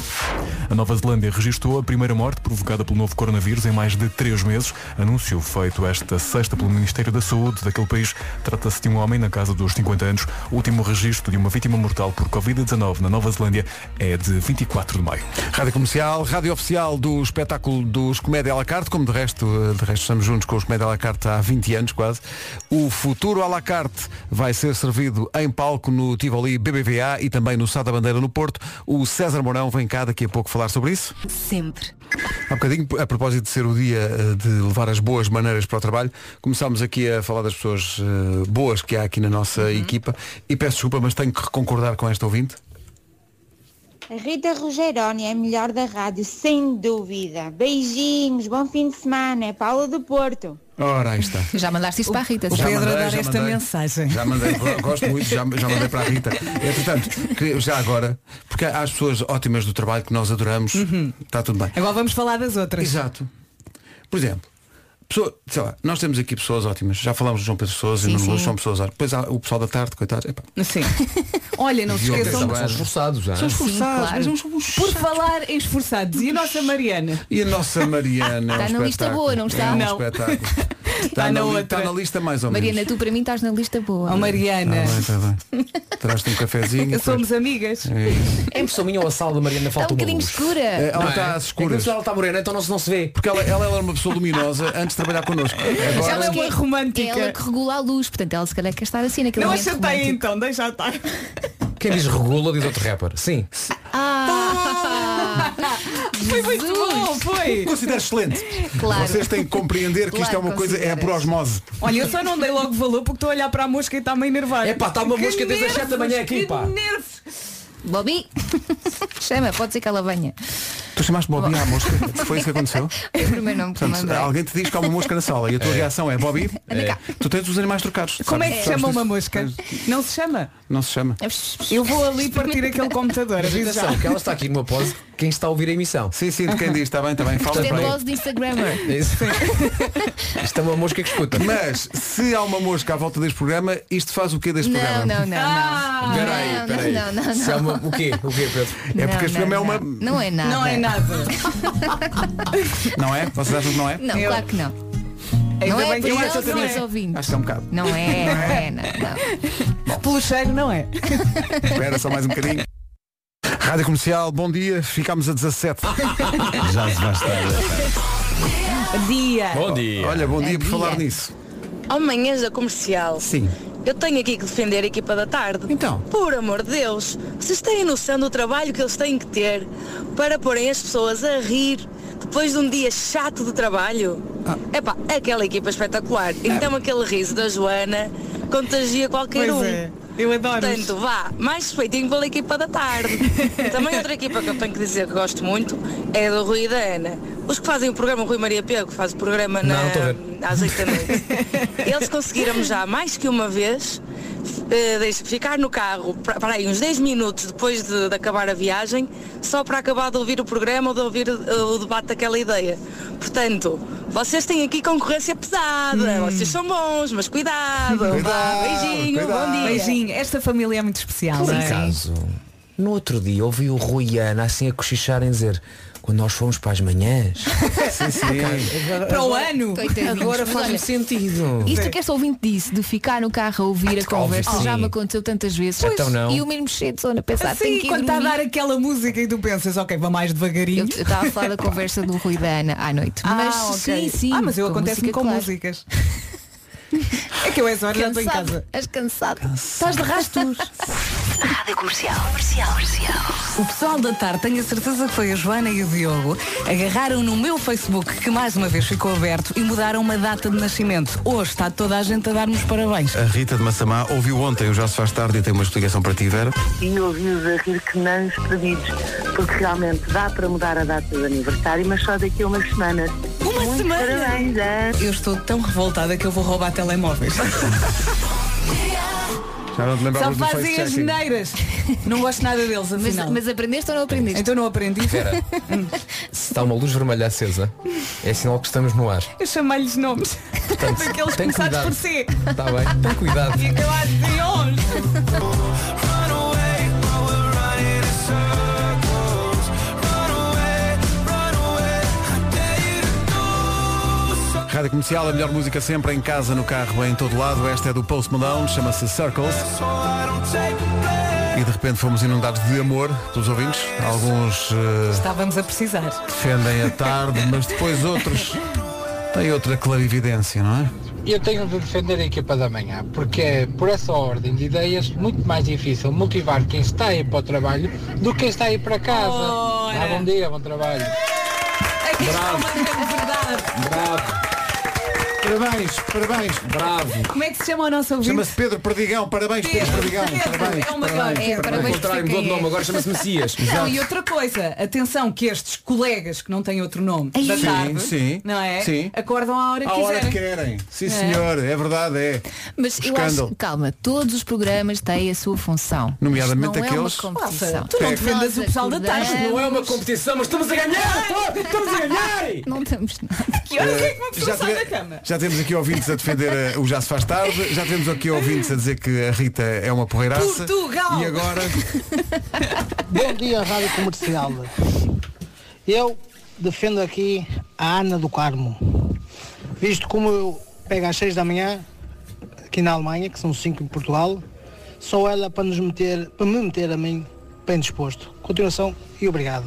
A Nova Zelândia registrou a primeira morte provocada pelo novo coronavírus em mais de 3 meses. Anúncio feito esta sexta pelo Ministério da Saúde daquele país. Trata-se de um homem na casa dos 50 anos. O último registro de uma vítima mortal por Covid-19 na Nova Zelândia é de 24 de maio. Rádio Comercial, rádio oficial do espetáculo dos Comédia à la carte, como de resto, eh, de resto estamos juntos com os Comédia à la carte há 20 anos quase. O futuro à la carte vai ser servido em palco no Tivoli BBVA e também no Sá da Bandeira no Porto. O César Mourão vem cá daqui a pouco falar sobre isso. Sempre. Há bocadinho, a propósito de ser o dia eh, de levar as boas maneiras para o trabalho, começámos aqui a falar das pessoas eh, boas que há aqui na nossa equipa e peço desculpa, mas tenho que concordar com esta ouvinte. A Rita Rogeroni é a melhor da rádio, sem dúvida. Beijinhos, bom fim de semana. É Paula do Porto. Ora, aí está. Já mandaste isso para a Rita, O sim. Pedro a dar esta mensagem. Já mandei, go- gosto muito, já, já mandei para a Rita. Entretanto, que- já agora, porque há as pessoas ótimas do trabalho que nós adoramos, está tudo bem. Agora vamos falar das outras. Exato. Por exemplo, pessoa, sei lá, nós temos aqui pessoas ótimas. Já falámos de João Pedro Sousa e Sim, Nuno Luz, sim. são pessoas ótimas. Depois há o pessoal da tarde, coitado. Epá, Sim. [laughs] Olha, não se Diogo esqueçam Gaspar. São esforçados, é? São Sim, esforçados. claro. mas Por falar em esforçados. E a nossa Mariana? E a nossa Mariana. Está é um na lista espetáculo. boa, não está? É um Não. espetáculo. Está, na li- outra. está na lista mais ou menos. Mariana, tu para mim estás na lista boa. Oh, Mariana. Está bem, está bem. Traz-te um cafezinho. [laughs] depois- amigas. É isso. É impressão minha ou a sala da Mariana falta Está um uma bocadinho luz. escura. É, Ela tá- não está às escuras. É que no final está morena, então não se, não se vê. Porque ela, [laughs] ela era uma pessoa luminosa antes de trabalhar connosco. Agora, Sabes que romântica. É ela que regula a luz, portanto ela se calhar quer estar assim naquele Não momento achatei romântico. então, deixa estar. Quem diz regula diz outro rapper. Sim. Ah! Foi muito bom, foi. Considero excelente. Claro. Vocês têm que compreender que isto é Claro, uma coisa, é consideras. por osmose. Olha, eu só não dei logo valor porque estou a olhar para a mosca e está meio nervosa. Epá, está uma Que mosca desde as sete da manhã aqui, nervos, pá. que nervos. Bobby! [laughs] Chama, pode ser que ela venha. Tu chamaste Bobby à mosca? Foi isso que [laughs] aconteceu? É o primeiro nome que eu Portanto, mandei. alguém te diz que há uma mosca na sala e a tua É. reação é Bobby, [laughs] Anda cá. tu tens os animais trocados. Como é Sabes- que se sabes chama disso? uma mosca? Não se chama. Não se chama. Eu vou ali partir aquele computador. aviso já. Atenção, que ela está aqui numa pose. Quem está a ouvir a emissão? Sim, sim, de quem diz, tá está bem, está bem, fala Isto é para aí. dose de Instagrammer. É Isso. [laughs] Isto é uma mosca que escuta. Mas se há uma mosca à volta deste programa, isto faz o quê deste Não, programa? não, não, Ah! não. Peraí, Não, peraí. Não, não, não. Se há uma- O quê? O quê, Pedro? É Não, porque este não, programa é uma. não. Não é nada. Não é nada. Não é? Vocês acham que não é? Não, Eu- claro que não. Ainda Não é bem que por eu nós, acho que senhores não ouvintes. Acho que é um bocado. Não é, não é, não, não. é. Pelo cheiro não é. Espera só mais um bocadinho. Rádio Comercial, bom dia, ficámos a 17. Já se vai estar. Dia. Bom dia. Olha, bom É dia por dia. falar nisso. Amanhã da comercial. Sim. Eu tenho aqui que defender a equipa da tarde. Então. Por amor de Deus, vocês têm noção do trabalho que eles têm que ter para porem as pessoas a rir depois de um dia chato de trabalho? Ah. Epá, aquela equipa é espetacular. Então aquele riso da Joana contagia qualquer Pois um. é. Eu adoro. Portanto, vá, mais respeitinho pela equipa [laughs] da tarde. Também outra equipa que eu tenho que dizer que gosto muito é do Rui e da Ana. Os que fazem o programa, o Rui Maria Pego, que faz o programa Não, na, estou a às 8 da noite. Eles conseguiram já mais que uma vez eh, deixa- ficar no carro pra- para aí uns 10 minutos depois de, de acabar a viagem, só para acabar de ouvir o programa ou de ouvir eh, o debate daquela ideia. Portanto, vocês têm aqui concorrência Hum. pesada, vocês são bons, mas cuidado. Vá, Cuidado, beijinho, bom dia. Beijinho. Esta família é muito especial. Por não é? acaso, no outro dia ouvi o Rui e a Ana assim a cochicharem dizer quando nós fomos para as [laughs] manhãs. Sim, sim. Para o ano. Coitadinhos, Agora mas faz-me olha, sentido. Isto é que esta ouvinte disse, de ficar no carro a ouvir a conversa, óbvio, já sim. me aconteceu tantas vezes. Então não. E o mesmo cheio de sono a pensar, tenho Assim, que ir quando está a dormir. dar aquela música e tu pensas, ok, vá mais devagarinho. Eu estava a falar [laughs] da conversa do Rui e da Ana à noite. Ah, mas ok. sim, sim. Ah, mas eu com acontece-me música, com claro. músicas. É que eu essa hora já estou em Cansado. casa. És cansado. Estás de rastros. Rádio Comercial. Comercial. Comercial. O pessoal da tarde, tenho a certeza que foi a Joana e o Diogo, agarraram no meu Facebook, que mais uma vez ficou aberto, e mudaram uma data de nascimento. Hoje está toda a gente a dar-nos parabéns. A Rita de Massamá ouviu ontem o Já se faz tarde e tem uma explicação para ti, Vera. e ouvi-os a rir que não os pedidos, porque realmente dá para mudar a data do aniversário, mas só daqui a umas semanas. Uma semana! Eu estou tão revoltada que eu vou roubar telemóveis. [laughs] Já não te Só lembravas do fazem as face-checking. neiras. Não gosto nada deles, Mas, afinal. mas aprendeste ou não aprendeste? Então não aprendi. Vera, se está uma luz vermelha acesa, é sinal que estamos no ar. Eu chamei-lhes nomes. Daqueles tem começados cuidado. por C. Está bem? Tem cuidado. E acabados em Rádio Comercial, a melhor música sempre, em casa, no carro, em todo lado. Esta é do Post Malone, chama-se Circles. E de repente fomos inundados de amor pelos ouvintes. Alguns eh, Estávamos a precisar. defendem a tarde, mas depois outros têm outra clarividência, não é? eu tenho de defender a equipa da manhã, porque é, por essa ordem de ideias, muito mais difícil motivar quem está a ir para o trabalho do que quem está a ir para casa. Ah, bom dia, bom trabalho. Aqui está uma verdade. Bravo. Parabéns, parabéns, bravo. Como é que se chama o nosso ouvinte? Chama-se Pedro Perdigão, parabéns Pedro, Perdigão, Pedro, parabéns. é o maior. É, parabéns Ao por contrário, ser mudou quem de nome, é. agora chama-se Messias. Não, Exato. e outra coisa, atenção que estes colegas que não têm outro nome Ai. da Sim, tarde, sim, não é? sim. Acordam à hora que À hora que quiserem. querem. Sim, É. senhor, é verdade, é. Mas eu Escândalo. acho, calma, todos os programas têm a sua função. Nomeadamente Isto não aqueles- É uma competição. Nossa, tu não Nós defendas o pessoal da tarde. acordamos- Não é uma competição, mas estamos a ganhar! pô, Estamos a ganhar! Não estamos nada. Que horas é que uma Eh, pessoa sai tive- da cama? já temos aqui ouvintes a defender eh, o Já se faz tarde, já temos aqui ouvintes a dizer que a Rita é uma porreiraça. Portugal! E agora. [laughs] Bom dia, Rádio Comercial. Eu defendo aqui a Ana do Carmo. Visto como eu pego às 6 da manhã, aqui na Alemanha, que são 5 em Portugal, só ela para nos meter, para me meter a mim bem disposto. Continuação e obrigado.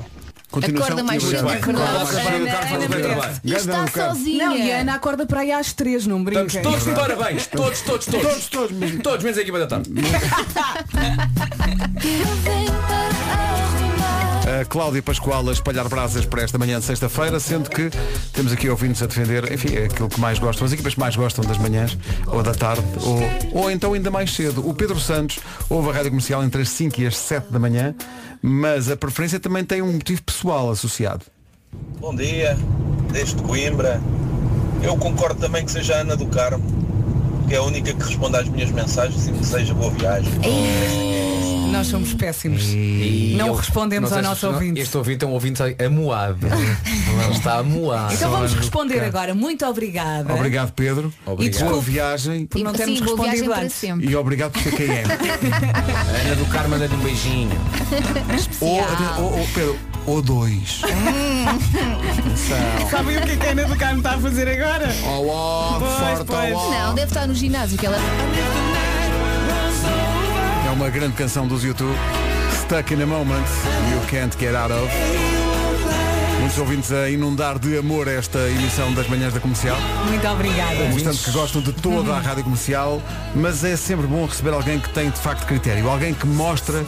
Continuação Acorda mais e cedo, obrigado. acorda Acorda mais mais cedo, cedo, Carlos, Ana, acorda Ana, bem. merece. E Ganda Tá está um bocado. sozinha. Não, e a Ana acorda para aí às três, não brinca. Estamos todos de parabéns, todos, todos, todos. Todos, todos mesmo. Todos menos a equipa da tarde. A Cláudia Pascoal a espalhar brasas para esta manhã de sexta-feira, sendo que temos aqui ouvintes a defender, enfim, é aquilo que mais gostam, as equipas que mais gostam das manhãs, ou da tarde, ou, ou então ainda mais cedo. O Pedro Santos ouve a rádio comercial entre as 5 e as 7 da manhã, mas a preferência também tem um motivo pessoal associado. Bom dia, desde Coimbra. Eu concordo também que seja a Ana do Carmo, que é a única que responde às minhas mensagens e me deseja boa viagem. Nós somos péssimos. não respondemos ao nosso ouvinte. Este ouvinte é um ouvinte [laughs] amuado. Ele está amuado. Então vamos responder agora. Muito obrigada. Obrigado, Pedro. É? Obrigado. E boa viagem. Por não E- termos sim, boa viagem respondido para antes. sempre. E obrigado por ser quem é. [laughs] Ana do Carmo manda-lhe um beijinho. [laughs] Ou, ou- ou- Pedro, ou dois. Atenção. Hum. Sabem o que é que a Ana do Carmo está a fazer agora? Olá, Pois, forte, pois. olá. Não, deve estar no ginásio que ela. É uma grande canção dos YouTube. Stuck in a Moment, You Can't Get Out of. Muitos ouvintes a inundar de amor esta emissão das manhãs da comercial. Muito obrigada. Os tantos que gostam de toda a rádio comercial, mas é sempre bom receber alguém que tem de facto critério, alguém que mostra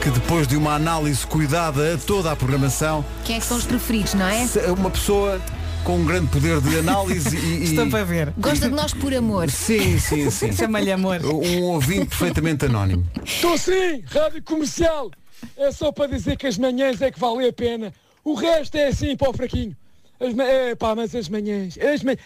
que depois de uma análise cuidada a toda a programação, Quem é que são os preferidos, não é? se- uma pessoa com um grande poder de análise e. e- Estou para ver. Gosta de nós por amor. Sim, sim, sim. Chama-lhe amor. Um ouvinte perfeitamente anónimo. Estou sim, rádio comercial. É só para dizer que as manhãs é que valem a pena. O resto é assim para o fraquinho. As ma... é, pá, mas as manhãs. As manhãs.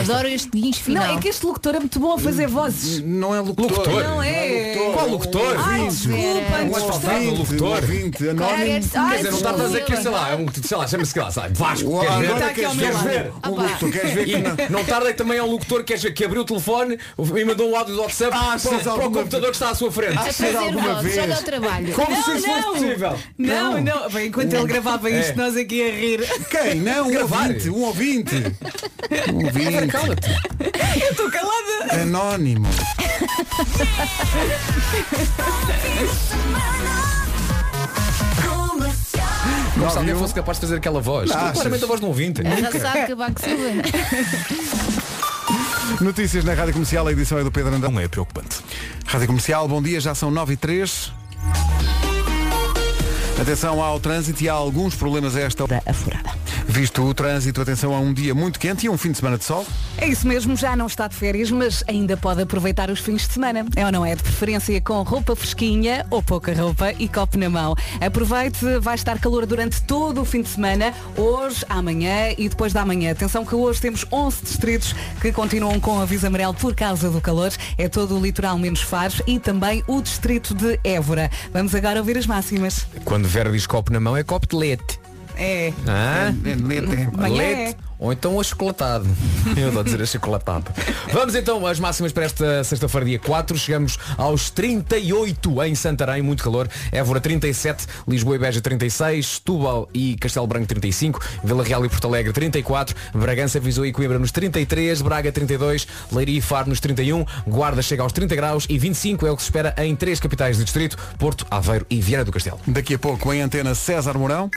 Adoro este guincho final. Não, é que este locutor é muito bom a fazer vozes. Não é locutor. Não é. Qual locutor? Ai, Ouvinte. desculpa, Um antes ouvinte, gostava. um ouvinte anónimo. Quer dizer, não está a dizer que, sei lá, é um, sei lá, chama-se que lá, sabe, Vasco, Uau, queres ver? agora queres ver? Queres ver? Um Opa. locutor, queres ver que E não- não tarda que também é um locutor queres ver, que abriu o telefone e mandou um áudio do WhatsApp Ah, para, achas para o alguma- computador que está à sua frente. Achas Fazer alguma vozes, vez? olha ao trabalho. Como se isso fosse é possível? Não, Não. não. Bem, enquanto ele gravava É. isto, nós aqui a rir. Quem? Não, um Gravar. ouvinte, um [laughs] ouvinte. Um ouvinte. Eu estou calada. Anónimo. Como se alguém fosse capaz de fazer aquela voz. Não, Claramente achas? a voz de um ouvinte. Ela sabe que vai que é. [laughs] um. Notícias na Rádio Comercial, a edição é do Pedro Andrão. Não é preocupante. Rádio Comercial, bom dia, já são 9 e 3. Atenção ao trânsito e há alguns problemas a esta da afurada. Visto o trânsito, atenção a um dia muito quente e um fim de semana de sol. É isso mesmo, já não está de férias, mas ainda pode aproveitar os fins de semana. É ou não é? De preferência com roupa fresquinha ou pouca roupa e copo na mão. Aproveite, vai estar calor durante todo o fim de semana, hoje, amanhã e depois da manhã. Atenção que hoje temos 11 distritos que continuam com aviso amarelo por causa do calor. É todo o litoral menos Fares e também o distrito de Évora. Vamos agora ouvir as máximas. Quando Vera diz copo na mão é copo de leite. É. Hã? Manhã Leite. é. Ou então achocolatado. [laughs] Eu adoro dizer achocolatado. Vamos então às máximas para esta sexta-feira, dia 4. Chegamos aos 38 em Santarém, muito calor. Évora 37, Lisboa e Beja 36, Tubal e Castelo Branco 35, Vila Real e Porto Alegre 34, Bragança, Viseu e Coimbra nos 33, Braga 32, Leiria e Faro nos 31, Guarda chega aos 30 graus e 25 é o que se espera em três capitais do distrito, Porto, Aveiro e Viana do Castelo. Daqui a pouco em antena César Mourão.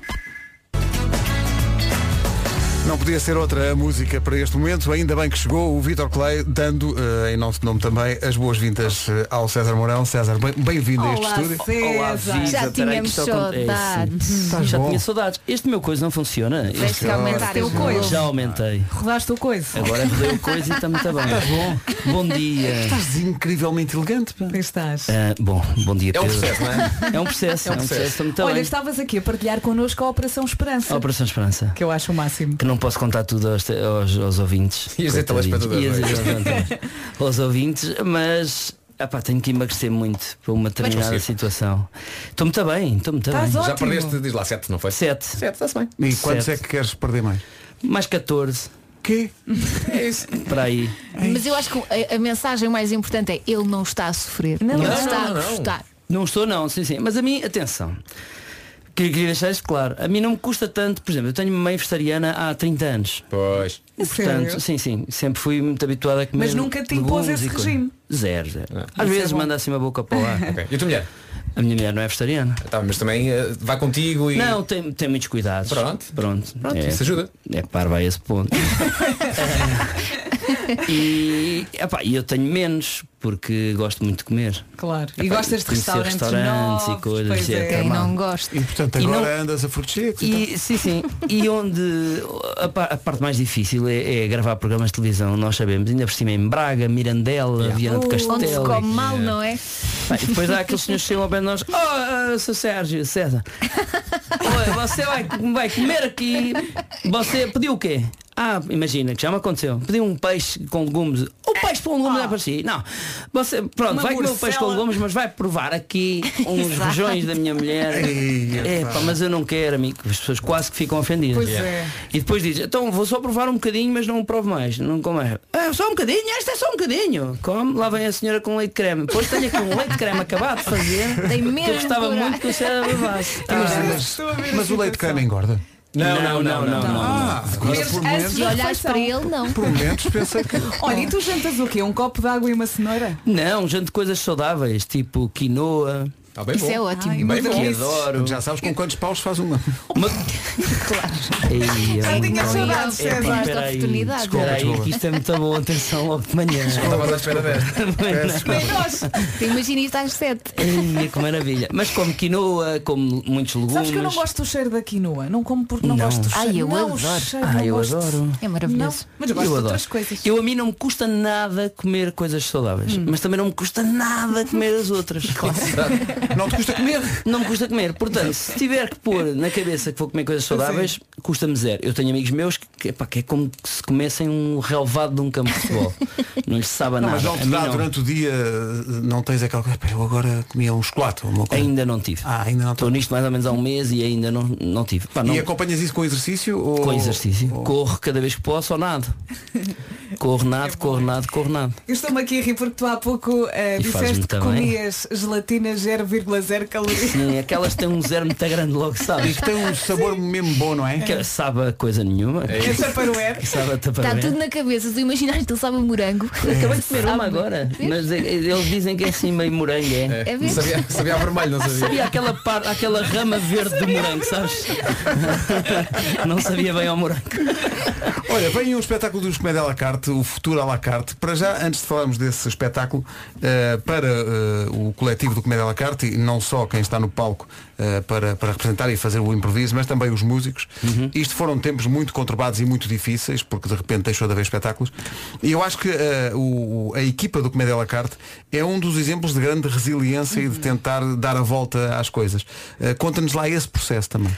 Não podia ser outra a música para este momento. Ainda bem que chegou o Vitor Clay, dando, eh, em nosso nome também, as boas-vindas eh, ao César Mourão. César, bem- bem-vindo a este estúdio. Olá, Zisa, Já peraí que tínhamos isto acon- é, sim. saudades. Estás Já bom? tinha saudades. Este meu coisa não funciona. Tens Este- que aumentar Ora, o teu coisa. Já aumentei. Rodaste o coisa. Agora rodei o coisa e está muito bem. Estás bom? Bom dia. Estás incrivelmente elegante. pá. Estás. Ah, bom, bom dia É um Pedro. processo, não é? É um processo, é um processo. está muito Olha, bem. estavas aqui a partilhar connosco a Operação Esperança. A Operação Esperança. Que eu acho o máximo. Que não posso contar tudo aos, te- aos, aos ouvintes. Ias dizer Coitadinhos. Ias telespectadores, não dizer é? aos ouvintes. [laughs] aos ouvintes, mas epá, tenho que emagrecer muito para uma determinada conseguiste. situação. Estou muito bem, estou muito bem. Já perdeste, diz lá, 7, não foi? 7. 7, está-se bem. E quantos é que queres perder mais? Mais 14. Quê? [laughs] É isso. Para aí. Mas eu acho que a, a mensagem mais importante é ele não está a sofrer. ele está a gostar. Não estou não, sim, sim. Mas a mim, atenção. Queria, queria deixar isto claro. A mim não me custa tanto, por exemplo, eu tenho uma mãe vegetariana há 30 anos. Pois. Portanto, Sério? sim, sim. Sempre fui muito habituado a comer. Mas nunca te impôs legumes esse e coisas. regime? Zero, zero. Às Isso é vezes bom. manda assim uma boca para lá. Ah. [laughs] Ok. E a tua mulher? A minha mulher não é vegetariana. Tá, mas também eh, vai contigo e. Não, tem, tem muitos cuidados. Pronto. Pronto. Pronto, é, isso ajuda. É parva a esse [laughs] ponto. e epá, e eu tenho menos, porque gosto muito de comer. Claro. E Epá, gostas de conhecer restaurantes novos, restaurantes e coisas. pois e tá é. tramado. gosta. E portanto E agora não- andas a frutos então. E, sim, sim. E onde a, pa- a parte mais difícil é, é gravar programas de televisão, nós sabemos, ainda por cima em Braga, Mirandela, Viana do Castelo. Uh, Onde se come mal, Yeah. não é? Bem, e depois há aqueles senhores que chegam ao pé de nós, oh, ah, seu Sérgio, César, olha, você vai, vai comer aqui, você pediu o quê? Ah, imagina, que já me aconteceu. Pediu um peixe com legumes. O peixe com legumes não é para si. Não. Você, pronto, Oh. Uma vai comer um morcela. peixe com legumes, mas vai provar aqui uns Exato. rojões da minha mulher. Ei, é, pá. pá, mas eu não quero, amigo. As pessoas quase que ficam ofendidas. Pois é. E depois diz, então vou só provar um bocadinho, mas não provo mais. Não como mais. Ah, só um bocadinho, esta é só um bocadinho. Come, lá vem a senhora com leite de creme. Depois tenho aqui um leite de creme acabado de fazer. [laughs] Tem que mesmo eu gostava coragem. muito que o senhor [laughs] Ah, levasse. Mas, mas- mas o leite de creme engorda? Não, não, não, não, não. Ah, agora por momentos, E olhares para ele, não. por momentos pensei que. [laughs] Olha, e tu jantas o quê? Um copo de água e uma cenoura? Não, gente de coisas saudáveis, tipo quinoa. Tá bem Isso bom. é ótimo. Ai, Bem uma bom. que delícia. adoro. Já sabes com quantos paus faz uma. [laughs] Ei, Já amigo, tinha não. saudades, Epá, César, esta espera aí, oportunidade. Desculpa, Espera aí, desculpa. que Isto é muito bom, atenção logo de manhã. Estavas à espera desta. [laughs] Tu Imagina isto às sete. Ei, que maravilha. Mas como quinoa, como muitos legumes. Sabes que eu não gosto do cheiro da quinoa. Não como porque não, Não. gosto do cheiro. Ai, eu não, o adoro. cheiro, Ah, não eu gosto. adoro. É maravilhoso. Não, mas eu gosto de adoro. outras coisas. Eu a mim não me custa nada comer coisas saudáveis, mas também não me custa nada comer as outras. Claro. Não te custa comer? Não me custa comer. Portanto, se tiver É que pôr na cabeça que vou comer é. coisas saudáveis, custa-me zero. Eu tenho amigos meus que, que, epá, que é como que se comessem um relevado de um campo de futebol. Não lhes sabe a Não, nada. mas não A te mim dá não. durante o dia, não tens aquela coisa, "Pá, eu agora comia um chocolate ou uma coisa. Ah, Ainda não tive. ainda não Estou nisto mais ou menos há um mês e ainda não, não tive. Pá, não- E acompanhas isso com exercício? Ou... Com exercício. Corro cada vez que posso ou nado. Corro nado, corro nado, corro nado. Eu estou-me aqui a rir porque tu há pouco eh, E faz-me disseste que também. comias gelatina 0,0 calorias. Sim, aquelas têm um zero muito grande logo, sabes? E que tem um sabor mesmo bom, não é? Que sabe a coisa nenhuma. É isso. É tupperware. Sabe a Está tupperware. Tá tudo na cabeça. Tu imaginaste que ele sabe a morango. É. Acabei de comer uma agora, mas eh, eles dizem que é assim meio morango, é? É mesmo? Sabia- sabia a vermelho, não sabia. Sabia aquela, par, aquela rama verde do morango, [laughs] sabes? não sabia bem ao morango. [laughs] Olha, vem um espetáculo dos Comédia à la carte, o futuro à la carte. Para já, antes de falarmos desse espetáculo, eh, para eh, o coletivo do Comédia à la carte, e não só quem está no palco eh, para, para representar e fazer o improviso, mas também os músicos, isto foram tempos muito conturbados e muito difíceis, porque de repente deixou de haver espetáculos. E eu acho que eh, o- o- a equipa do Comédia à la carte é um dos exemplos de grande resiliência e de tentar dar a volta às coisas. Eh, Conta-nos lá esse processo também.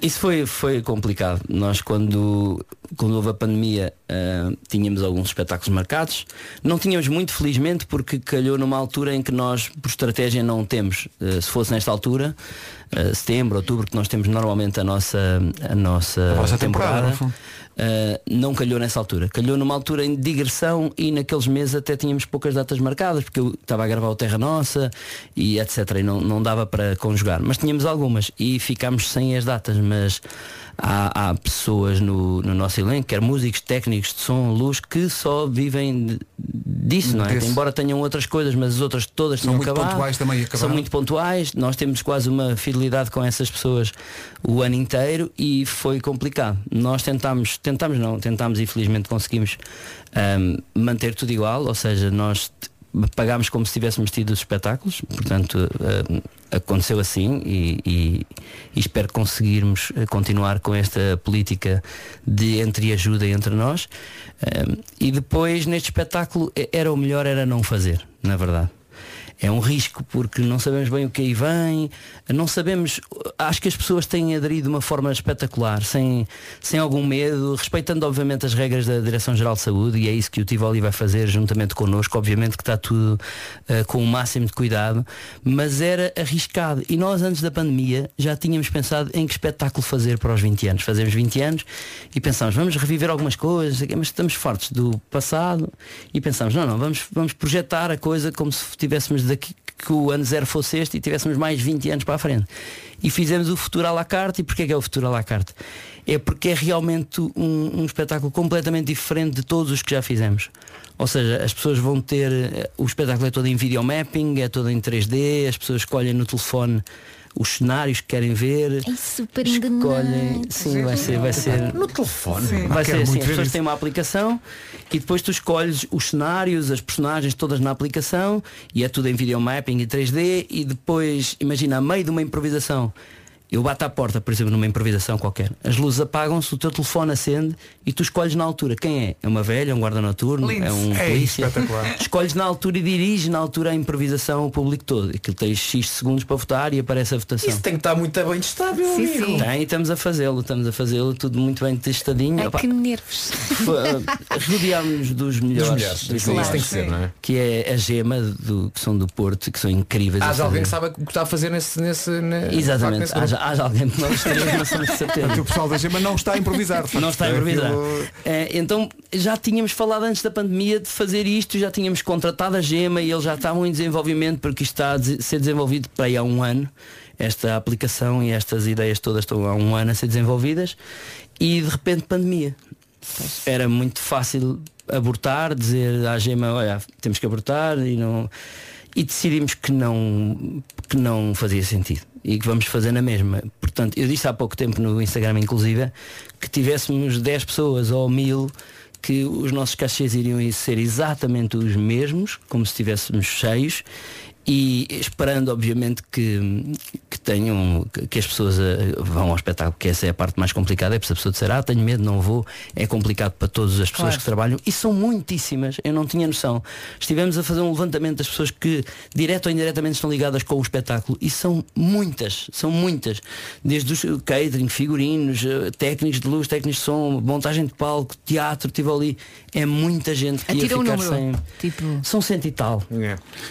Isso foi, foi complicado. Nós quando, quando houve a pandemia ah, tínhamos alguns espetáculos marcados. Não tínhamos muito, felizmente, porque calhou numa altura em que nós, por estratégia, não temos. Ah, se fosse nesta altura, ah, setembro, outubro, que nós temos normalmente a nossa, a nossa, A vossa temporada, temporada, no fundo. ah, não calhou nessa altura. Calhou numa altura em digressão e naqueles meses até tínhamos poucas datas marcadas, porque eu estava a gravar o Terra Nossa e etc. E não, não dava para conjugar. Mas tínhamos algumas e ficámos sem as datas, mas há, há pessoas no, no nosso elenco, quer músicos, técnicos de som, luz, que só vivem de- disso, não é? Desse. Embora tenham outras coisas, mas as outras todas São tinham muito acabado. pontuais também e São acabaram. muito pontuais. Nós temos quase uma fila lidado com essas pessoas o ano inteiro e foi complicado. Nós tentámos, tentámos não, tentámos e felizmente conseguimos ahm, manter tudo igual, ou seja, nós t- pagámos como se tivéssemos tido os espetáculos, portanto ahm, aconteceu assim e, e- e espero conseguirmos eh, continuar com esta política de entre ajuda entre nós. Ahm, e depois neste espetáculo eh, era o melhor era não fazer, na verdade é um risco porque não sabemos bem o que aí vem, não sabemos, acho que as pessoas têm aderido de uma forma espetacular, sem, sem algum medo, respeitando obviamente as regras da Direção-Geral de Saúde e é isso que o Tivoli vai fazer juntamente connosco, obviamente que está tudo eh, com o máximo de cuidado, mas era arriscado e nós antes da pandemia já tínhamos pensado em que espetáculo fazer para os 20 anos, fazemos 20 anos e pensámos, vamos reviver algumas coisas, não sei o quê, mas estamos fortes do passado e pensámos, não, não, vamos, vamos projetar a coisa como se tivéssemos daqui que o ano zero fosse este e tivéssemos mais 20 anos para a frente. E fizemos o futuro à la carte. E porquê que é o futuro à la carte? É porque é realmente um, um espetáculo completamente diferente de todos os que já fizemos. Ou seja, as pessoas vão ter. eh, O espetáculo é todo em videomapping, é todo em 3D, as pessoas escolhem no telefone os cenários que querem ver. É super enganante. Sim, vai ser, vai ser. No telefone. Sim. Vai Ah, quero ser assim, muito as ver pessoas isso. têm uma aplicação e depois tu escolhes os cenários, as personagens todas na aplicação e é tudo em videomapping e 3D e depois, imagina, a meio de uma improvisação, eu bato à porta, por exemplo, numa improvisação qualquer, as luzes apagam-se, o teu telefone acende e tu escolhes na altura quem é? É uma velha, é um guarda noturno, Lindo. é um É polícia. espetacular. [laughs] Escolhes na altura e diriges na altura a improvisação ao público todo. Aquilo tens X segundos para votar e aparece a votação. Isso tem que estar muito bem testável, Sim, amigo. sim. Tem, estamos a fazê-lo, estamos a fazê-lo, tudo muito bem testadinho. É Ai, Opa, ah, que nervos. Rodeámos-nos dos melhores. melhores, dos sim, isso tem que ser, não é? Que é a gema, do, que são do Porto, que são incríveis. a Há fazer. alguém que sabe o que está a fazer nesse. nesse ne- Exatamente, nesse haja, grupo. haja alguém [laughs] que não esteja de certeza. Portanto, o tipo pessoal da Gema não está a improvisar. de facto. Não está a É improvisar. aquilo- É, então já tínhamos falado antes da pandemia de fazer isto, já tínhamos contratado a Gema e eles já estavam em desenvolvimento porque isto está a des- ser desenvolvido para aí há um ano. Esta aplicação e estas ideias todas estão há um ano a ser desenvolvidas e de repente pandemia. Era muito fácil abortar, dizer à Gema, olha, temos que abortar e não. E decidimos que não, que não fazia sentido e que vamos fazer na mesma. Portanto, eu disse há pouco tempo no Instagram, inclusive, que tivéssemos 10 pessoas ou 1000 que os nossos cachês iriam ser exatamente os mesmos, como se estivéssemos cheios, e esperando, obviamente, que, que tenham, que- que as pessoas eh, vão ao espetáculo, que essa é a parte mais complicada, é preciso a pessoa dizer, ah, tenho medo, não vou, é complicado para todas as pessoas Claro. que trabalham, e são muitíssimas, eu não tinha noção. Estivemos a fazer um levantamento das pessoas que, direto ou indiretamente, estão ligadas com o espetáculo, e são muitas, são muitas, desde os eh, catering, figurinos, eh, técnicos de luz, técnicos de som, montagem de palco, teatro, tive ali, é muita gente que Atira ia um ficar número. sem... Tipo, São cento e tal.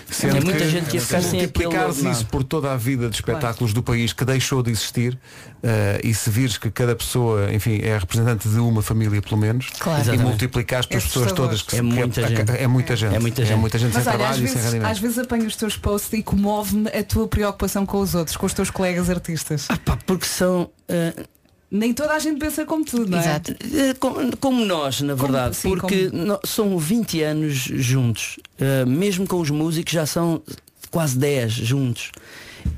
Sendo é muita que, gente que ia ficar se sem aquele multiplicares ordenado. isso por toda a vida de espetáculos do país que deixou de existir eh, e se vires que cada pessoa, enfim, é representante de uma família pelo menos, Claro. e Exatamente. multiplicares pelas É pessoas assustador. todas que É se- muita que gente. É, muita gente. É muita É gente. muita gente Mas sem olha, às trabalho e sem vezes, rendimento. às vezes apanho os teus posts e comove-me a tua preocupação com os outros, com os teus colegas artistas. Ah, porque são. eh, Nem toda a gente pensa como tu, não é? Exato. eh, Como, nós, na verdade, sim, porque no- são 20 anos juntos, Eh, mesmo com os músicos já são quase 10 juntos.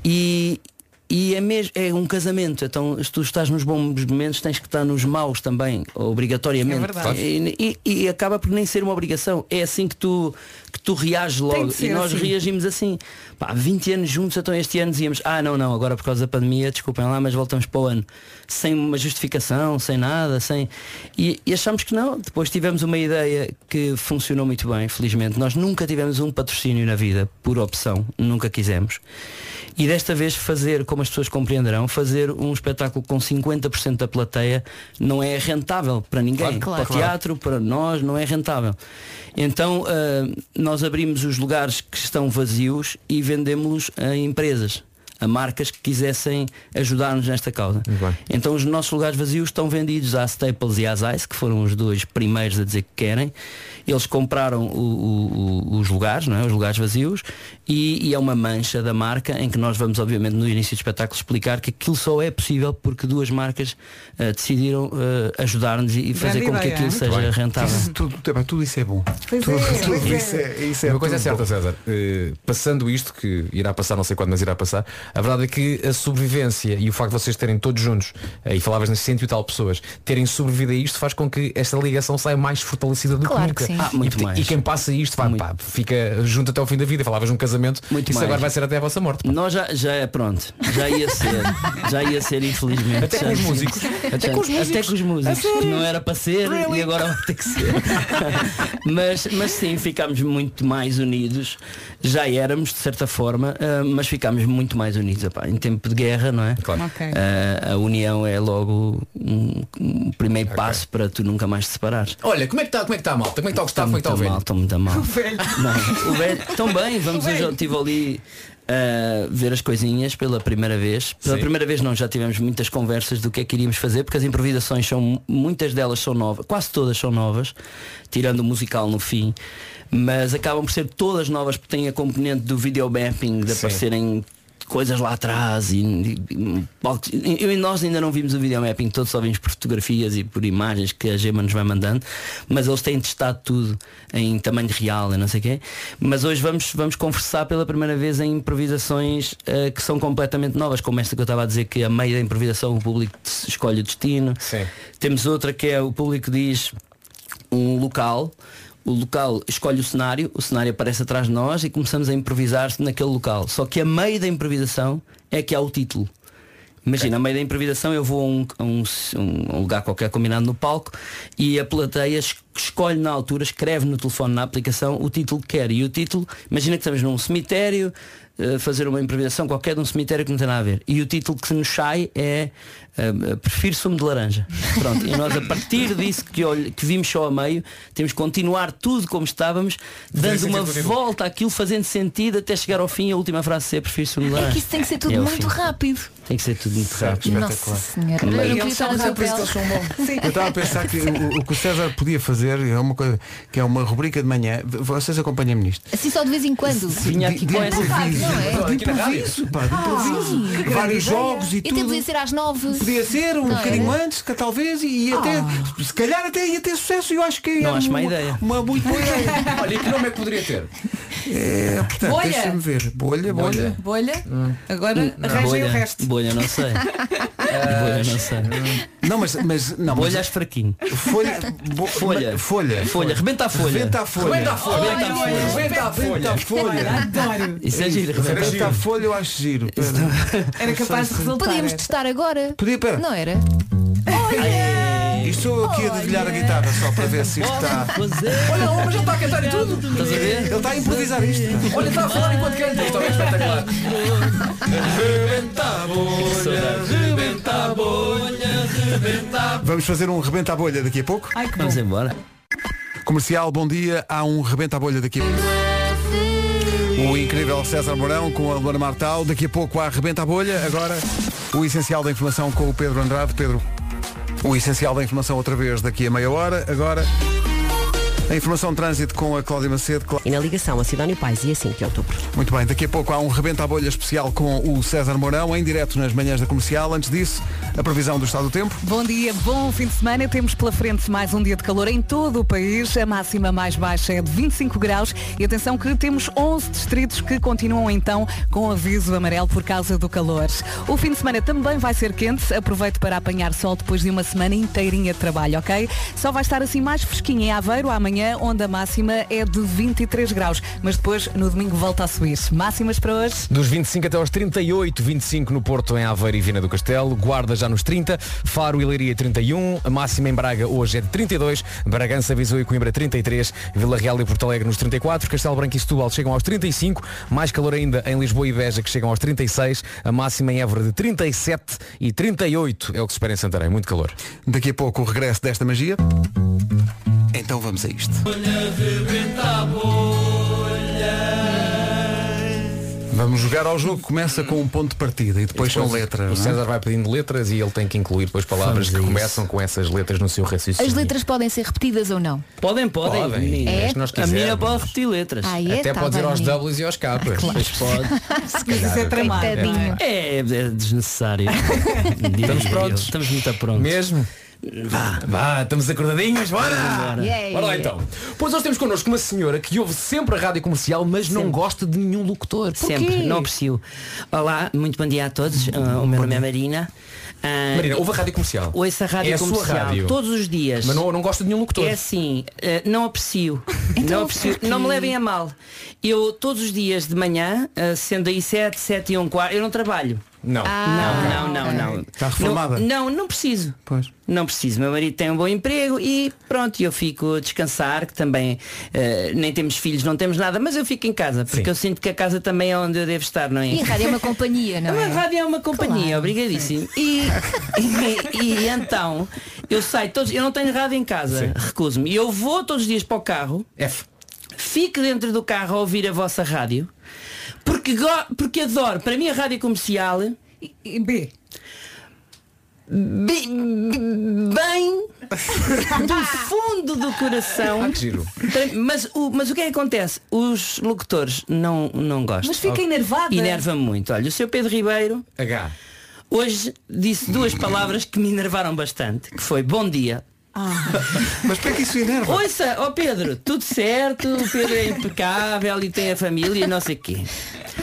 E, e é, mes- é um casamento, então se tu estás nos bons momentos tens que estar nos maus também, É obrigatoriamente. verdade. e, e- e acaba por nem ser uma obrigação, é assim que tu, que tu reages Tem logo. de ser E nós assim. reagimos assim. Pá, 20 anos juntos, então este ano dizíamos, ah não, não, agora por causa da pandemia, desculpem lá, mas voltamos para o ano. Sem uma justificação, sem nada, sem. E, e achamos que não. Depois tivemos uma ideia que funcionou muito bem, felizmente. Nós nunca tivemos um patrocínio na vida, por opção, nunca quisemos. E desta vez fazer, como as pessoas compreenderão, fazer um espetáculo com 50% da plateia não é rentável para ninguém. Claro, Para o claro. teatro, teatro para nós não é rentável. Então ah, nós abrimos os lugares que estão vazios e vendemos-los a empresas, a marcas que quisessem ajudar-nos nesta causa. Então os nossos lugares vazios estão vendidos à Staples e à Zeiss, que foram os dois primeiros a dizer que querem. Eles compraram o- o- o- os lugares, não é? os lugares vazios, e, e é uma mancha da marca em que nós vamos, obviamente, no início do espetáculo explicar que aquilo só é possível porque duas marcas ah, decidiram ah, ajudar-nos e, e fazer Grande com ideia. que aquilo Muito seja bem. rentável. Isso tudo, epá, tudo isso é bom. Pois tudo, é, tudo pois é. isso é, isso é Uma coisa é tudo certa, bom. César, eh, passando isto, que irá passar, não sei quando, mas irá passar, A verdade é que a sobrevivência e o facto de vocês terem todos juntos, eh, e falavas nas cento e tal pessoas, terem sobrevivido a isto faz com que esta ligação saia mais fortalecida do Claro que nunca. que sim. Ah, muito e, mais. e quem passa isto, vai, pá, fica junto até ao fim da vida. Falavas num casamento, isso mais. agora vai ser até a vossa morte. Nós já, já é pronto, já ia ser, já ia ser infelizmente. Até com Já- os músicos. Até com os músicos. Até com os músicos. A sério? Não era para ser Really? e agora vai ter que ser. [laughs] mas, mas sim, ficámos muito mais unidos. Já éramos, de certa forma, ah, mas ficámos muito mais unidos. Epá, em tempo de guerra, não é? Claro. Ok. Ah, a união é logo um, um primeiro passo para tu nunca mais te separares. Olha, como é que está como é que tá a malta? Como é que está o Gustavo? Como é que está [laughs] o Está velho? mal, está muito mal. velho. Não, o velho, tão bem, vamos hoje ao Tivoli uh, ver as coisinhas pela primeira vez. Pela Sim. primeira vez não, já tivemos muitas conversas do que é que iríamos fazer, porque as improvisações são, muitas delas são novas, quase todas são novas, tirando o musical no fim, mas acabam por ser todas novas porque têm a componente do videomapping, de Sim. aparecerem coisas lá atrás e, e- e- eu e nós ainda não vimos o videomapping todo só vimos por fotografias e por imagens que a Gema nos vai mandando mas eles têm testado tudo em tamanho real e não sei o quê mas hoje vamos, vamos conversar pela primeira vez em improvisações eh, que são completamente novas como esta que eu estava a dizer que a meio da improvisação o público s- escolhe o destino temos outra que é o público diz um local o local escolhe o cenário, o cenário aparece atrás de nós e começamos a improvisar naquele local. Só que a meio da improvisação é que há o título. Imagina, a meio da improvisação eu vou a um, a um s- um- um lugar qualquer combinado no palco e a plateia es- escolhe na altura, escreve no telefone na aplicação o título que quer. E o título, imagina que estamos num cemitério, eh, fazer uma improvisação qualquer de um cemitério que não tem nada a ver. E o título que nos sai é eh, Prefiro sumo de [laughs] laranja. Pronto, e nós a partir disso que, olhe- que vimos só a meio, temos que continuar tudo como estávamos, dando sentido uma com o título. volta àquilo, fazendo sentido até chegar ao fim, a última frase ser Prefiro sumo de laranja. É que isso tem que ser tudo É o muito fim. rápido. Tem que ser tudo muito rápido. Nossa senhora. Mas- Eu não queria estar na pele. Eu estava a [laughs] pensar que é. o, o que o César podia fazer é uma coisa que é uma rubrica de manhã. V- Vocês acompanham-me nisto. Assim só de vez em quando. É De, Vinha de improviso, é? de É, tipo improviso, pá, Ah, de improviso. Vários jogos e, e tudo. até podia ser às nove. Podia ser um Não bocadinho era? antes, que talvez, e, e até, se calhar até ia ter sucesso, eu acho que Ah. Não, é acho uma, má ideia. uma muito boa ideia. Olha, e que nome é que poderia ter? É, portanto, Bolha. deixa-me ver. Bolha, bolha. Bolha? Hum. Agora arranjem Hum, bolha, o resto. bolha não sei. bolha não sei. Ah, Não, mas, mas não, mas- bolha és fraquinho. Folha, bo- Folha. folha, Folha. Rebenta a folha. Rebenta a folha. Rebenta a folha. Rebenta a folha. Rebenta a folha. Rebenta a folha. Isso é giro. Rebenta a Rebenta a folha, eu acho giro. é. Pera. Era capaz de resultar. Podíamos testar agora. Podia, pera. Não era? E Estou aqui a dedilhar a guitarra só para ver se isto está. folha. Olha, o homem já está a cantar e tudo. Estás a ver? tá. Ele está a improvisar isto. Olha, está a falar enquanto canta. Isto é espetacular. Vamos fazer um rebenta a bolha daqui a pouco. Vamos embora. Comercial, bom dia. Há um rebenta a bolha daqui a pouco. O incrível César Mourão com a Luana Martal. Daqui a pouco há rebenta a bolha. Agora o essencial da informação com o Pedro Andrade. Pedro, o essencial da informação outra vez daqui a meia hora. Agora a informação de trânsito com a Cláudia Macedo. Clá- E na ligação a Sidónio Pais e a 5 de outubro. Muito bem, daqui a pouco há um rebenta a bolha especial com o César Mourão em direto nas manhãs da comercial. Antes disso, a previsão do estado do tempo. Bom dia, bom fim de semana. Temos pela frente mais um dia de calor em todo o país. A máxima mais baixa é de 25 graus. E atenção que temos 11 distritos que continuam então com aviso amarelo por causa do calor. O fim de semana também vai ser quente. Aproveito para apanhar sol depois de uma semana inteirinha de trabalho, ok? Só vai estar assim mais fresquinho em Aveiro amanhã, onde a máxima é de 23 graus. Mas depois no domingo volta a subir. Máximas para hoje? Dos 25 até aos 38, 25 no Porto, em Aveiro e Vina do Castelo, Guarda já nos 30, Faro e Leiria 31, a máxima em Braga hoje é de 32, Bragança, Viseu e Coimbra 33, Vila Real e Porto Alegre nos 34, Castelo Branco e Setúbal chegam aos 35, mais calor ainda em Lisboa e Beja que chegam aos 36, a máxima em Évora de 37 e 38 é o que se espera em Santarém, muito calor. Daqui a pouco o regresso desta magia. Então vamos a isto. Vamos jogar ao jogo, começa com um ponto de partida e depois, são letras. O não é? César vai pedindo letras e ele tem que incluir depois Vamos palavras que a isso. começam com essas letras no seu raciocínio. As letras podem ser repetidas [laughs] ou não. Podem, podem. Podem, meninas. é? se nós A minha quisermos. pode repetir letras. Ah, é? Até Tá pode ir bem. aos Ws e aos Ks. Pois pode. Se calhar. Coitadinho. É, é desnecessário. Estamos prontos? Estamos muito a pronto. Mesmo? Vá, vá, estamos acordadinhos, é. bora! Bora. Yeah. Bora lá então. Pois hoje temos connosco uma senhora que ouve sempre a rádio comercial, mas não gosta de nenhum locutor. Porquê? Hum, Sempre, não aprecio. Olá, muito bom dia a todos. Ah, o meu nome é Marina. Ah, Marina, ouve a rádio comercial. Ouço a rádio É a sua comercial rádio. todos os dias. Mas não, não gosta de nenhum locutor. Então, É assim, eh, não [laughs] aprecio. não, aprecio. porquê? não me levem a mal. Eu todos os dias de manhã, eh, sendo aí 7, 7 e um quarto, eu não trabalho. Não. Ah, não, não, não, não. Está reformada? Não, não, não preciso. Não preciso. Meu marido tem um bom emprego e pronto, eu fico a descansar, que também eh, nem temos filhos, não temos nada, mas eu fico em casa, porque eu sinto que a casa também é onde eu devo estar, não é? E [laughs] a rádio é uma companhia, não é? A rádio é uma companhia, obrigadíssimo. E, e, e então, eu saio todos, eu não tenho rádio em casa, recuso-me. E eu vou todos os dias para o carro, F. fico dentro do carro a ouvir a vossa rádio, porque, go- porque adoro, para mim a rádio comercial. B. Bem do fundo do coração. Ah, que giro. Mas o, mas o que é que acontece? Os locutores não, não gostam. Mas fica enervada. Enerva-me muito. Olha, o seu Pedro Ribeiro H. hoje disse duas palavras que me enervaram bastante, que foi bom dia. Mas É para que isso enerva? Ouça, ó Pedro, tudo certo, o Pedro é impecável e tem a família e não sei o quê.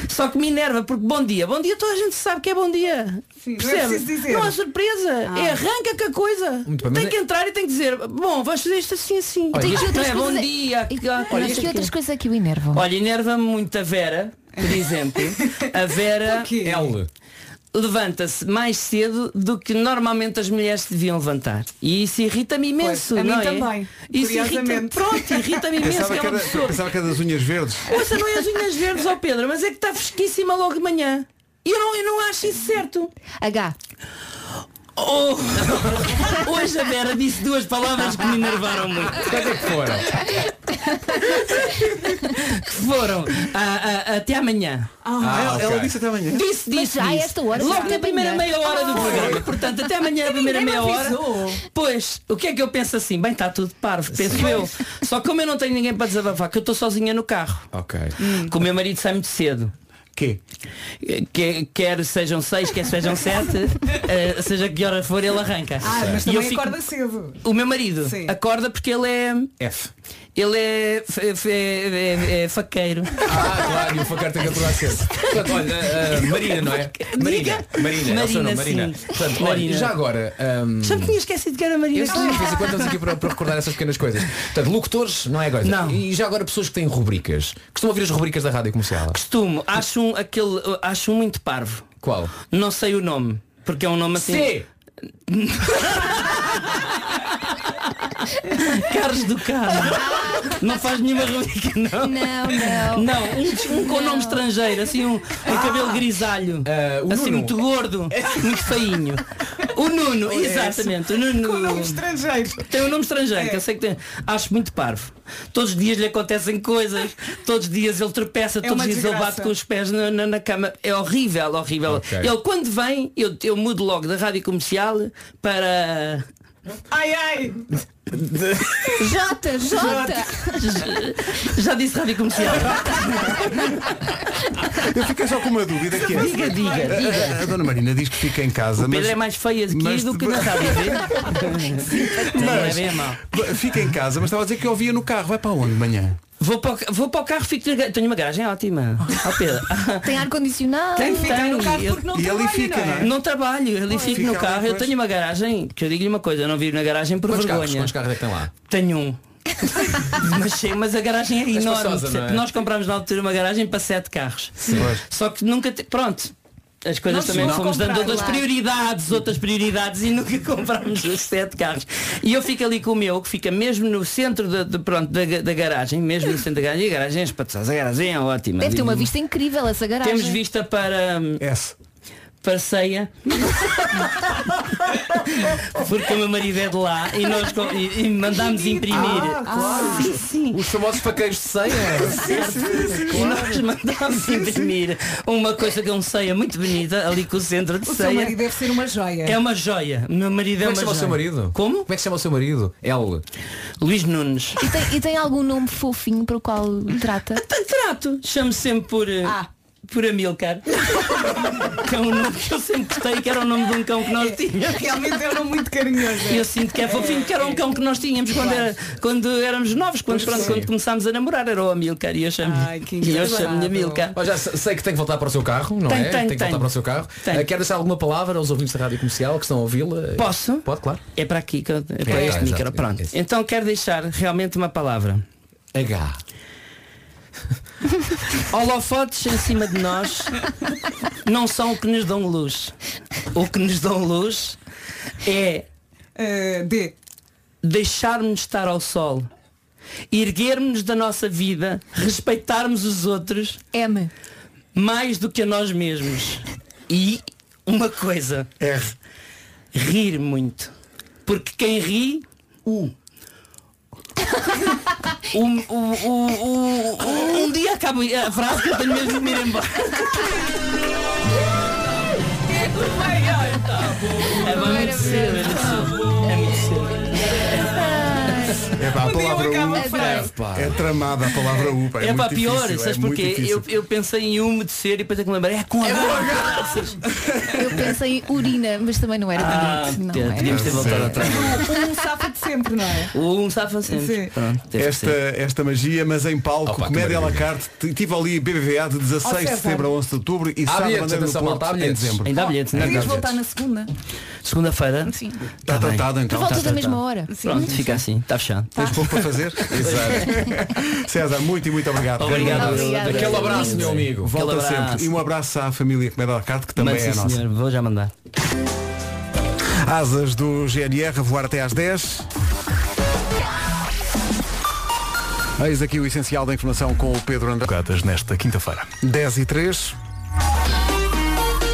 Só que me enerva porque bom dia, bom dia toda a gente sabe que é bom dia. não é Percebe? preciso dizer. Não há surpresa, Ah. é arranca com a coisa. Muito bem, tem mas que entrar e tem que dizer, bom, vais fazer isto assim assim. Olha, e que não outras é bom coisas- dia. que- é. ah, não Olha, sei que o quê. é. outras coisas aqui o enervam. Olha, enerva-me muito a Vera, por exemplo. A Vera L. levanta-se mais cedo do que normalmente as mulheres se deviam levantar. E isso irrita-me imenso. Pois, a mim não é? também, Isso irrita curiosamente. Pronto, [laughs] irrita-me imenso. Pensava é que, uma era, pessoa. pensava que era das unhas verdes. Ouça, não é as unhas verdes, ó Pedro, mas é que está fresquíssima logo de manhã. E eu não, eu não acho isso certo. H. Oh. [laughs] Hoje a Vera disse duas palavras que me enervaram muito. Quais é que foram? que foram ah, ah, até amanhã. Ah, ela- ela ok. disse até amanhã. Disse, disse. Mas já a disse. esta hora, já Logo na até primeira amanhã. meia hora do Ah. programa. Portanto, até amanhã é a primeira Ninguém meia me hora. avisou. Pois, o que é que eu penso assim? Bem, está tudo parvo, penso eu. Só que como eu não tenho ninguém para desabafar, que eu estou sozinha no carro. Hum. Ok. Que o meu marido sai muito cedo. Que? Quer sejam seis, quer sejam sete, [laughs] eh, seja que hora for, ele arranca. Ah, mas E eu também fico- acorda cedo. o meu marido Sim. acorda porque ele é. F. Ele é, f- f- é- é- é faqueiro. Ah, claro, e o facar tem que [laughs] aturar cedo. Portanto, olha, ah, Marina, não é? Marina. Marina, é o seu nome, Marina, Marina. sim. Portanto, olha, Marina. já agora. ahm, Já me tinha esquecido que era Maria. Eu sei, de vez em quando estamos aqui para, para recordar essas pequenas coisas. Portanto, locutores, não é agora. Não. E já agora pessoas que têm rubricas. Costumam ouvir as rubricas da rádio comercial. Costumo, acho um, aquele, acho um muito parvo. Qual? Não sei o nome, porque é um nome assim. C. [laughs] Carlos do Carmo. Não faz nenhuma rubrica, não. Não, não. Não, um, um com nome estrangeiro, assim um, um Ah! cabelo grisalho. Eh, o assim Nuno. muito gordo, muito feinho. O Nuno, Olha, exatamente. O Nuno. Com um nome estrangeiro. É. Tem um nome estrangeiro, que eu sei que tem. Acho muito parvo. Todos os dias lhe acontecem coisas, todos os dias ele tropeça, todos É uma os dias ele desgraça. bate com os pés na, na- na cama. É horrível, horrível. Ok. Ele quando vem, eu, eu mudo logo da rádio comercial [laughs] para. Ai, ai. J, J. [laughs] Já disse rádio comercial. Eu fiquei só com uma dúvida que é. Diga, diga, A- diga. A, a dona Marina diz que fica em casa, O Pedro mas é mais feio aqui mas- do que na rádio. vê? Não é bem mal. fica em casa, mas estava a dizer que ouvia no carro. Vai para onde de manhã? Vou para, o, ca- vou para o carro, fico na, ga- tenho uma garagem [laughs] ótima. Ó Pedro. Tem ar-condicionado. Tem, Ah, Fica tem. no carro Eu- porque não E ali trabalha, fica, não não é? é? Não trabalho, ali fico fica no ali carro. Eu depois. tenho uma garagem, que eu digo-lhe uma coisa, eu não vivo na garagem por Quantos carros, vergonha. quantos carros é que tem lá? Tenho um. [laughs] mas, sim, mas a garagem é És enorme. passosa, não é? Nós comprámos na altura uma garagem para sete carros. Pois. Só que nunca. te- Pronto. As coisas Não se também vão fomos comprar, dando outras claro. prioridades, outras prioridades e nunca [laughs] comprámos os sete carros. E eu fico ali com o meu, que fica mesmo no centro da, de- pronto, da, ga- da garagem, mesmo no centro da garagem, e a garagem é espaçosa, a garagem é ótima. Deve ter uma vista incrível essa garagem. Temos vista para, hum, S. para ceia. Porque o meu marido é de lá e nós co- e, e mandámos imprimir. Ah. Sim, sim. Os famosos faqueiros de [laughs] ceia. E nós mandámos imprimir uma coisa que é um ceia muito bonita, ali com o centro de O seu marido ceia. deve ser uma joia. É uma joia. O Meu marido é Como é uma que se chama o joia. seu marido? Como? Como é que se chama o seu marido? L. Luís Nunes. E tem, e tem algum nome fofinho para o qual trata? Ah. Tanto trato. Chamo sempre por. eh, por Amilcar. que é um nome que eu sempre gostei, que era o nome de um cão que nós tínhamos. Realmente é um nome muito carinhoso. Eu sinto que é fofinho, que era um cão que nós tínhamos quando, era- quando éramos novos, quando, pronto, quando começámos a namorar, era o Amilcar e eu chamo-lhe e eu chamo-lhe Amilcar. Mas já se- sei que tem que voltar para o seu carro, não Tem, é? tem, que tem. voltar para o seu carro. Tem. Eh, Quer deixar alguma palavra aos ouvintes da rádio comercial que estão a ouvi-la? Posso? Pode, claro. É para aqui, que eu- é para É, este exato, micro. Pronto. esse. Então quero deixar realmente uma palavra. H. [laughs] Holofotes em cima de nós não são o que nos dão luz. O que nos dão luz é de deixarmos estar ao sol, erguermos da nossa vida, respeitarmos os outros M. mais do que a nós mesmos. E uma coisa, R. rir muito. Porque quem ri, [laughs] o. Um, um- um- um- um- um dia acaba a frase que eu tenho mesmo de me ir embora. É bom, é muito cedo, é muito cedo. É muito cedo. É pá, a palavra Um acaba U a frase. é, tramada a palavra U. Pá, É, pá, é muito pior, difícil, sabes é muito porquê? difícil. Eu, eu pensei em umedecer e depois é que me lembrei, é com a Eu pensei em urina, mas também não era Ah, bonito. não é, era. podíamos ter voltado atrás. Um safa de sempre, não é? Um safa Sim. sempre. Pronto, teve que Esta, ser. esta magia, mas em palco, comédia à la carte, T- tive ali BBVA de Ó, 16 de César. setembro a 11 de outubro e Há sábado bilhetes, Bandeira do atenção, malta, há Porto em bilhetes. dezembro. Ainda há bilhetes, ainda há Podias bilhetes. voltar na segunda. Segunda-feira. Sim. Está Tá tratado, então. Por volta Tá, tá, da mesma tá. hora. Pronto, Sim. fica assim, está fechado. Tens pouco para fazer? Exato. César, muito e muito obrigado. Obrigado. Obrigada. Aquele abraço, meu amigo. Volta Aquele abraço. sempre. E um abraço à família Comédia à la carte, que também Mas, é sim, a nossa. senhor, vou já mandar. Asas do GNR a voar até às 10. Eis aqui o essencial da informação com o Pedro André. nesta quinta-feira. 10 e 3.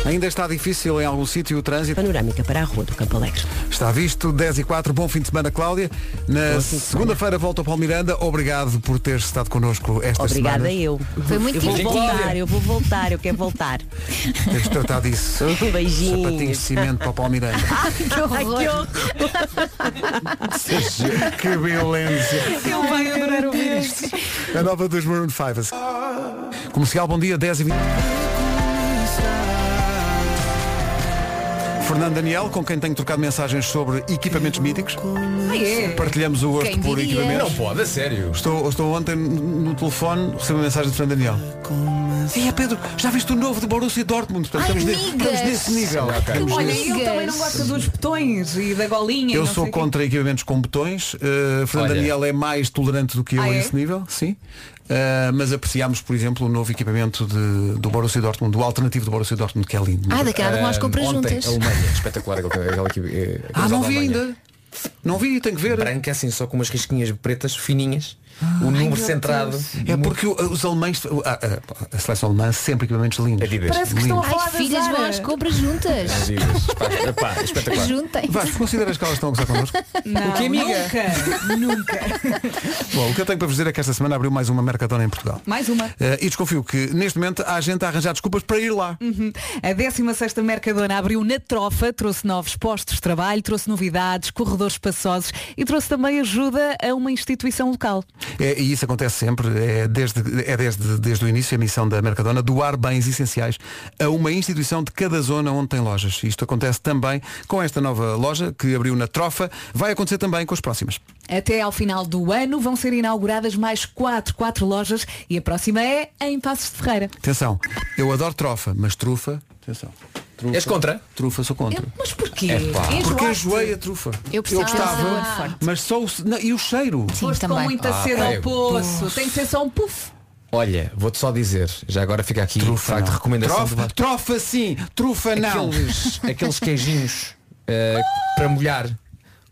Ainda está difícil em algum sítio o trânsito. Panorâmica para a rua do Campo Alegre. Está visto, 10 e 4, bom fim de semana, Cláudia. Na segunda-feira volta o Paulo Miranda. Obrigado por ter estado connosco esta Obrigada semana. eu. Foi muito eu vou divertido. voltar, eu vou voltar, eu quero [laughs] voltar. Temos de [laughs] tratar disso. Um Beijinhos. Sapatinhos de cimento para o Paulo Miranda. [laughs] que horror. que violência. Ele vai adorar ouvir isto. A nova dos Maroon 5. Comercial, bom dia, 10 e 20. Fernando Daniel, com quem tenho trocado mensagens sobre equipamentos míticos. é. Partilhamos o gosto Quem por diria? equipamentos. Não pode, a sério. Estou, estou ontem no telefone, recebi uma mensagem de Fernando Daniel. Ei, é, Pedro, já viste o novo de Borussia Dortmund? Portanto, Ai, estamos, ne- migas! estamos nesse nível. Ok. Estamos Olha, nesse- ele também não gosta dos botões e da golinha. Eu e não sou sei o quê. contra equipamentos com botões. Uh, Fernando Olha. Daniel é mais tolerante do que eu Ah, a é? esse nível, sim. Uh, mas apreciámos, por exemplo, o novo equipamento de- do Borussia Dortmund, do alternativo do Borussia Dortmund, que é lindo. Ah, daqui a nada vão às compras Eh, Ontem, juntas. Alemanha, espetacular aquele, aquele, eh, aquele Ah, não vi Alemanha. ainda. [laughs] Não vi, tenho que ver. Branca, assim, só com umas risquinhas pretas fininhas. o número centrado. É porque o- os alemães, a, a- a seleção alemã sempre equipamentos lindos. É de vez. Parece que estão a Ai, falar da filhas Zara. vão às compras juntas. Giras. Pá, é pá, espetacular. Juntem. Vasco, consideras que elas estão a gozar connosco? Não, O quê, amiga? Nunca, nunca. Bom, o que eu tenho para vos dizer é que esta semana abriu mais uma Mercadona em Portugal. Mais uma. Eh, e desconfio que neste momento há gente a arranjar desculpas para ir lá. Uhum. A 16ª Mercadona abriu na trofa, trouxe novos postos de trabalho, trouxe novidades, corredores espaçosos e trouxe também ajuda a uma instituição local. É, e isso acontece sempre, é, desde, é desde, desde o início a missão da Mercadona, doar bens essenciais a uma instituição de cada zona onde tem lojas. Isto acontece também com esta nova loja que abriu na Trofa, vai acontecer também com as próximas. Até ao final do ano vão ser inauguradas mais 4, 4 lojas e a próxima é em Passos de Ferreira. Atenção, eu adoro Trofa, mas Trufa, atenção. Trufa, És contra? Trufa, sou contra. É, É Mas porquê? Epá. Porque Enjoaste? enjoei a trufa. Eu precisava. Ah, gostava, mas só o, não, e o cheiro. Sim, Foste com também. muita Ah, sede é. ao poço. Tem que ser só um puff. Olha, vou-te só dizer, já agora fica aqui de facto não. recomendação de trofa, uma- trofa assim, sim, trufa não. Aqueles, aqueles [laughs] é queijinhos eh, para molhar.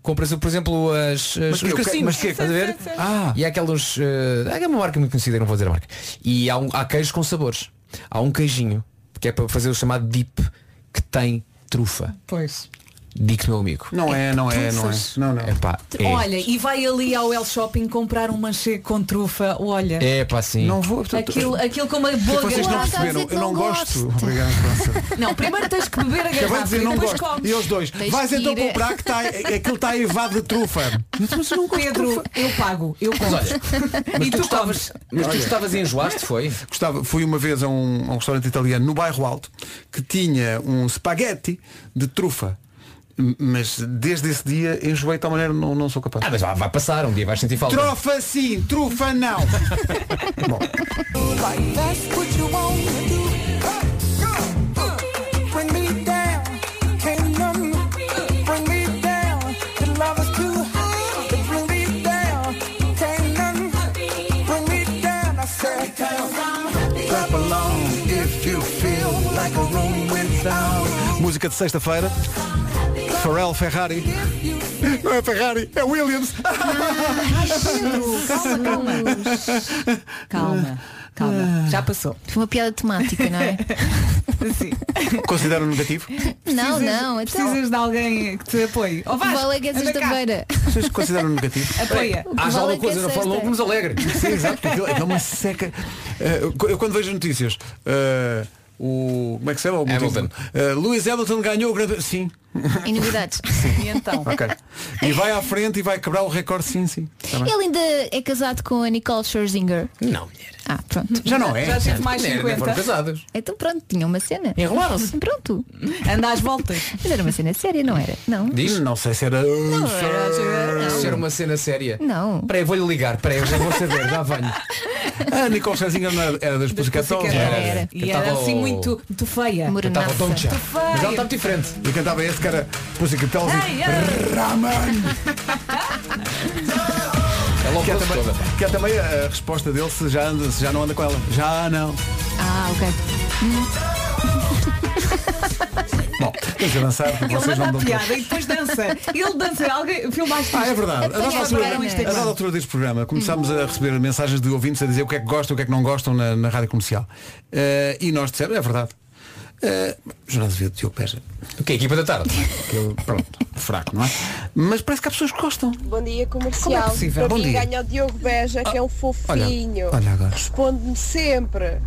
Compras, por exemplo, as, as- que- os o que- cacinhos, mas que- estás a ver? Ah, E há aqueles. eh, há uma marca muito conhecida, não vou dizer a marca. E há, um, há queijos com sabores. Há um queijinho, que é para fazer o chamado dip, que tem trufa. Pois. Digo-te, meu amigo. Não é, não é, não é. trufas. Não, não. Epá, é. Olha, e vai ali ao El Shopping comprar um manchego com trufa, olha. É pá, sim. Não vou. Aquilo, aquilo com uma boa Vocês não garrafa. perceberam, eu não gosto. Obrigado, França. Não, primeiro tens que [laughs] beber a Acabei garrafa de dizer, e não depois gosto. comes. E os dois, Tens vais que é, então ir. comprar que tá, aquilo está evado de trufa. Pedro, eu pago, eu compro. olha, [laughs] e tu, gostavas, [laughs] mas tu Olha. gostavas e enjoaste, foi? Gostava, fui uma vez a um, a um restaurante italiano no bairro Alto que tinha um spaghetti de trufa. M- Mas desde esse dia enjoei de tal maneira não, não sou capaz. Ah, mas vai, vai passar, um dia vais sentir falta. Trofa sim, trufa não. [laughs] Música de sexta-feira. Pharrell Ferrari. Não é Ferrari, é [laughs] Williams. calma, calma. Calma, calma. Já passou. Foi uma piada temática, não é? Considera um negativo? não, não. Então... Precisas de alguém que te apoie. Ó, Vasco, Vale é que é anda cá. sexta-feira. Vocês consideram um negativo? Apoia. O que Haja vale alguma é que é coisa na sexta. Fórmula 1 que nos alegre. Sim, exato, porque aquilo- aquilo é uma seca. Eh, eu- eu quando vejo as notícias, eh, o. Como é que se chama? O Hamilton. Eh, Lewis Hamilton ganhou o grande. Sim. [laughs] E novidades. E então? [laughs] Ok. E vai à frente e vai quebrar o recorde, sim, sim. Tá bem. Ele ainda é casado com a Nicole Scherzinger. Não, mulher. Ah, pronto. Já não é. Já tive mais Mulher, ainda 50. foram casados. Então pronto, tinha uma cena. Enrolaram-se. Pronto. Anda às voltas. Mas era uma cena séria, não era? Não. Diz? Não sei se era. Não era, Se era uma cena séria. Não. Peraí, vou-lhe ligar, peraí, eu já vou saber, já venho. A Ah, Nicole é Scherzinger não era, era das Pussycat Dolls. Era. Era. é E Eu era tava- assim muito, muito feia. Estava tão chato. Mas ela estava diferente. E cantava esse que era Pussycat Dolls e Ei, ei. [laughs] Ela que é, operou-se também, toda. pá. que é também a resposta dele se já, anda- se já não anda com ela. Já não. Ah, ok. Bom, tens de avançar Ele porque vocês não manda me a dão piada e depois dança. Ele dança. Alguém filmaste Ah, é isto? verdade. A dada, Apanhar altura, para o a Instagram. dada altura deste Uhum. programa começámos a receber mensagens de ouvintes a dizer o que é que gostam, o que é que não gostam na, na rádio comercial. Eh, e nós dissemos, é verdade. Uh, Jornal de Vida de Diogo Peja. O que é equipa da tarde? Aquele, pronto, [laughs] fraco, não é? Mas parece que há pessoas que gostam. Bom dia Como é comercial. possível? Para Bom mim dia. Ah, ganha o Diogo Beja, que é um fofinho. olha agora. Responde-me sempre.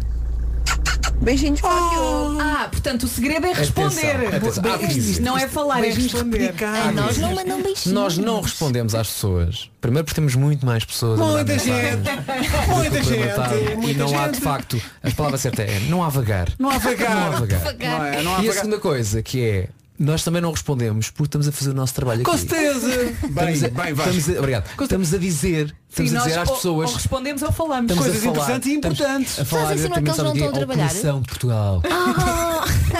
Beijinhos para Oh. o Diogo. Ah, portanto o segredo é Atenção, responder. atenção. Há que dizer. Isto não é falar, é responder. A nós não mandam beijinhos. Nós não respondemos às pessoas. Primeiro porque temos muito mais pessoas. a mandar Muita mensagens gente, do que [laughs] muita o programa tarde. gente, E muita não há de gente. facto. A palavra certa é não há vagar. Não há vagar. Não há vagar. Não é, não há E a vagar. segunda coisa que é nós também não respondemos porque estamos a fazer o nosso trabalho Com aqui. certeza. Bem, Estamos a, bem, vai. estamos a, obrigado. Estamos a dizer, estamos Sim, a nós dizer às ou- pessoas. Ou respondemos ou falamos. estamos Coisas a falar, interessantes e estamos importantes. A falar Estás a diretamente insinuar que eles sabe não o quê? estão a Ao trabalhar? Comissão de Portugal. Não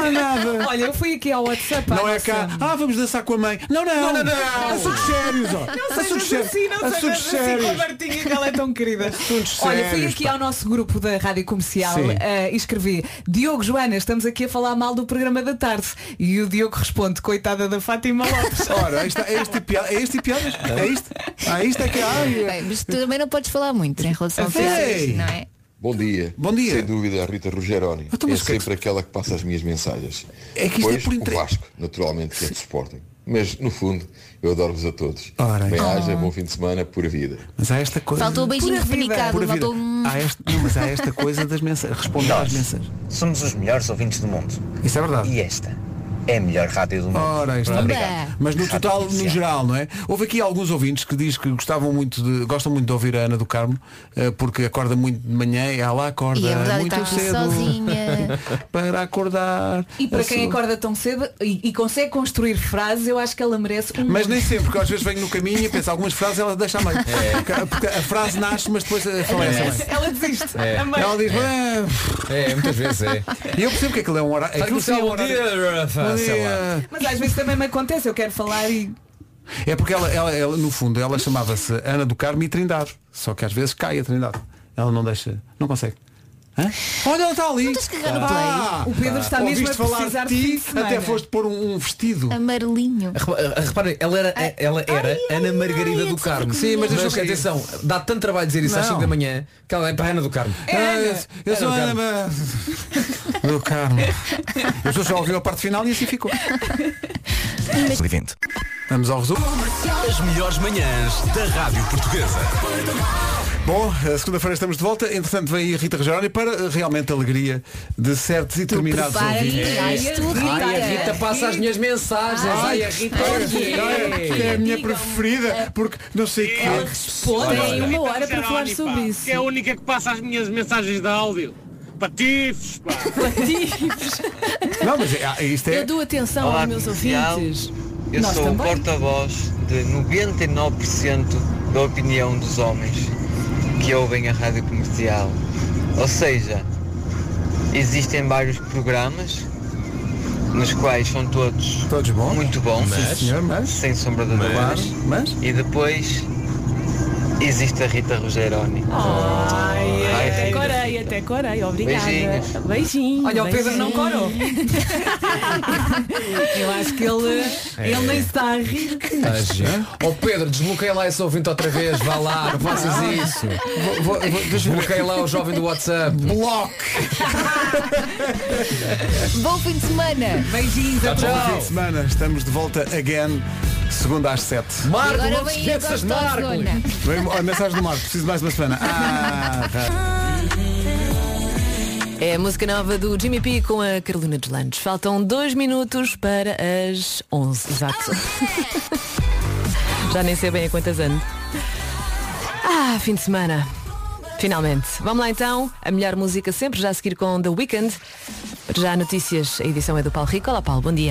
há nada. Ah! Olha, eu fui aqui ao WhatsApp. à Não é nossa- cá. Ah, vamos dançar com a mãe. Não, não. Não, não, não. Assuntos sérios, ó. Assuntos Sejas assim, não sérios. sejas Assuntos assim com a sérios. Martinha, que ela é tão querida. Assuntos Olha, fui sérios, aqui pá. ao nosso grupo da Rádio Comercial Sim. eh, e escrevi Diogo Joana, estamos aqui a falar mal do programa da tarde. E o Diogo responde, coitada da Fátima Lopes. Ora, aí está, é este tipo de piada- é este tipo de piadas? É isto? Ah, isto é que ai, Bem, mas tu também não podes falar muito em relação a pessoas, Ei. não é? Bom dia. Bom dia. Sem dúvida, a Rita Rogeroni. Então, é mas o que é que sempre aquela que passa as minhas mensagens. É que isto pois, é por o interesse. Vasco, naturalmente, que é de Sporting. Mas, no fundo, eu adoro-vos a todos. Ora, Bem, então. haja, bom fim de semana, pura vida. Mas há esta coisa. Um Faltou o beijinho Pura vida, comunicado, Pura vida. faltou um. "Ah, Há este, não, mas há esta [laughs] coisa das mensagens. Responder às mensagens. Somos os melhores ouvintes do mundo. Isso é verdade. E esta é a melhor rádio do mundo. Ora, aí está. Obrigado. Mas no total, no geral, não é? Houve aqui alguns ouvintes que diz que gostavam muito de, gostam muito de ouvir a Ana do Carmo, eh, porque acorda muito de manhã e ela acorda E é verdade, muito está aqui cedo sozinha. [laughs] para acordar. E para quem Assim. acorda tão cedo e, e consegue construir frases, eu acho que ela merece um. Mas monte. nem sempre, porque às vezes venho no caminho e penso algumas frases ela deixa a meio. É. Porque- Porque a frase nasce, mas depois eh, falece a meio. [laughs] Ela desiste. É. Amei. Ela diz, "Ah, É, muitas vezes é. E eu percebo que aquilo é um horário. Faz aquilo sim é um bom horário- dia, Bom Rafa, uh, sei lá. dia. Mas às vezes também me acontece, eu quero falar e. É porque ela, ela- ela, no fundo, ela chamava-se Ana do Carmo e Trindade. Só que às vezes cai a Trindade. Ela não deixa, não consegue. Hã? Olha, ela está tá ali. tens que agarrar no play? Ah, O Pedro está mesmo ouviste a falar precisar de de ti, fim de semana. até foste pôr um, um vestido. Amarelinho. Repa- Reparem, ela era, ela era Ana Margarida do Carmo. Sim, mas deixa eu cair. atenção, dá tanto trabalho dizer isso às Não. 5 da manhã que ela é para a Ana do Carmo. Ah, eu- eu sou Ana Ana do Ma- do Carmo. Eu só ouviu a parte final e assim ficou. 2020. Vamos ao resumo. As melhores manhãs da Rádio Portuguesa. Bom, a segunda-feira estamos de volta. Entretanto, vem aí a Rita Rogeroni para eh, realmente a alegria de certos e determinados prepara-te, ouvintes. ai, tu, Rita. Ai, a Rita passa as minhas mensagens. Ai, a Rita. Que é a minha preferida, porque não sei que. Ela responde Olha, em olha. uma hora para falar sobre isso. Que é a única que passa as minhas mensagens de áudio. Patifes, pá. Patifes. Não, mas é- é- isto é. Eu dou atenção Olá, aos meus comercial. ouvintes. Eu Nós sou também. o porta-voz de 99% da opinião dos homens que ouvem a rádio comercial. Ou seja, existem vários programas nos quais são todos, muito bons, Sim, senhor, sem sombra de Claro, dúvidas. E depois existe a Rita Rogeroni. Ai, Vai, até Rita. corei, até corei. Obrigada. Beijinhos. Beijinho. Olha, o Pedro não beijinho. corou. [laughs] Eu acho que ele, É. ele nem está a rir. Tá Ó Pedro, desbloqueia lá esse ouvinte outra vez, vá lá, não faças isso. Ah. Vou- vou- vou- Desbloqueia lá o jovem do WhatsApp. Block! Bom fim de semana. Beijinhos Bom fim de semana, estamos de volta again, segunda às sete. Marco, Agora não te vem a esqueças, Marco. gostosona. Vem- ó, mensagem do Marco, preciso de mais uma semana. Ah, tá. É a música nova do Jimmy P com a Carolina dos Landes. Faltam dois minutos para as 11. Exato. Já nem sei bem a quantas ando. Ah, fim de semana. Finalmente. Vamos lá então. A melhor música sempre já a seguir com The Weeknd. Para Já há notícias. A edição é do Paulo Rico. Olá, Paulo. Bom dia.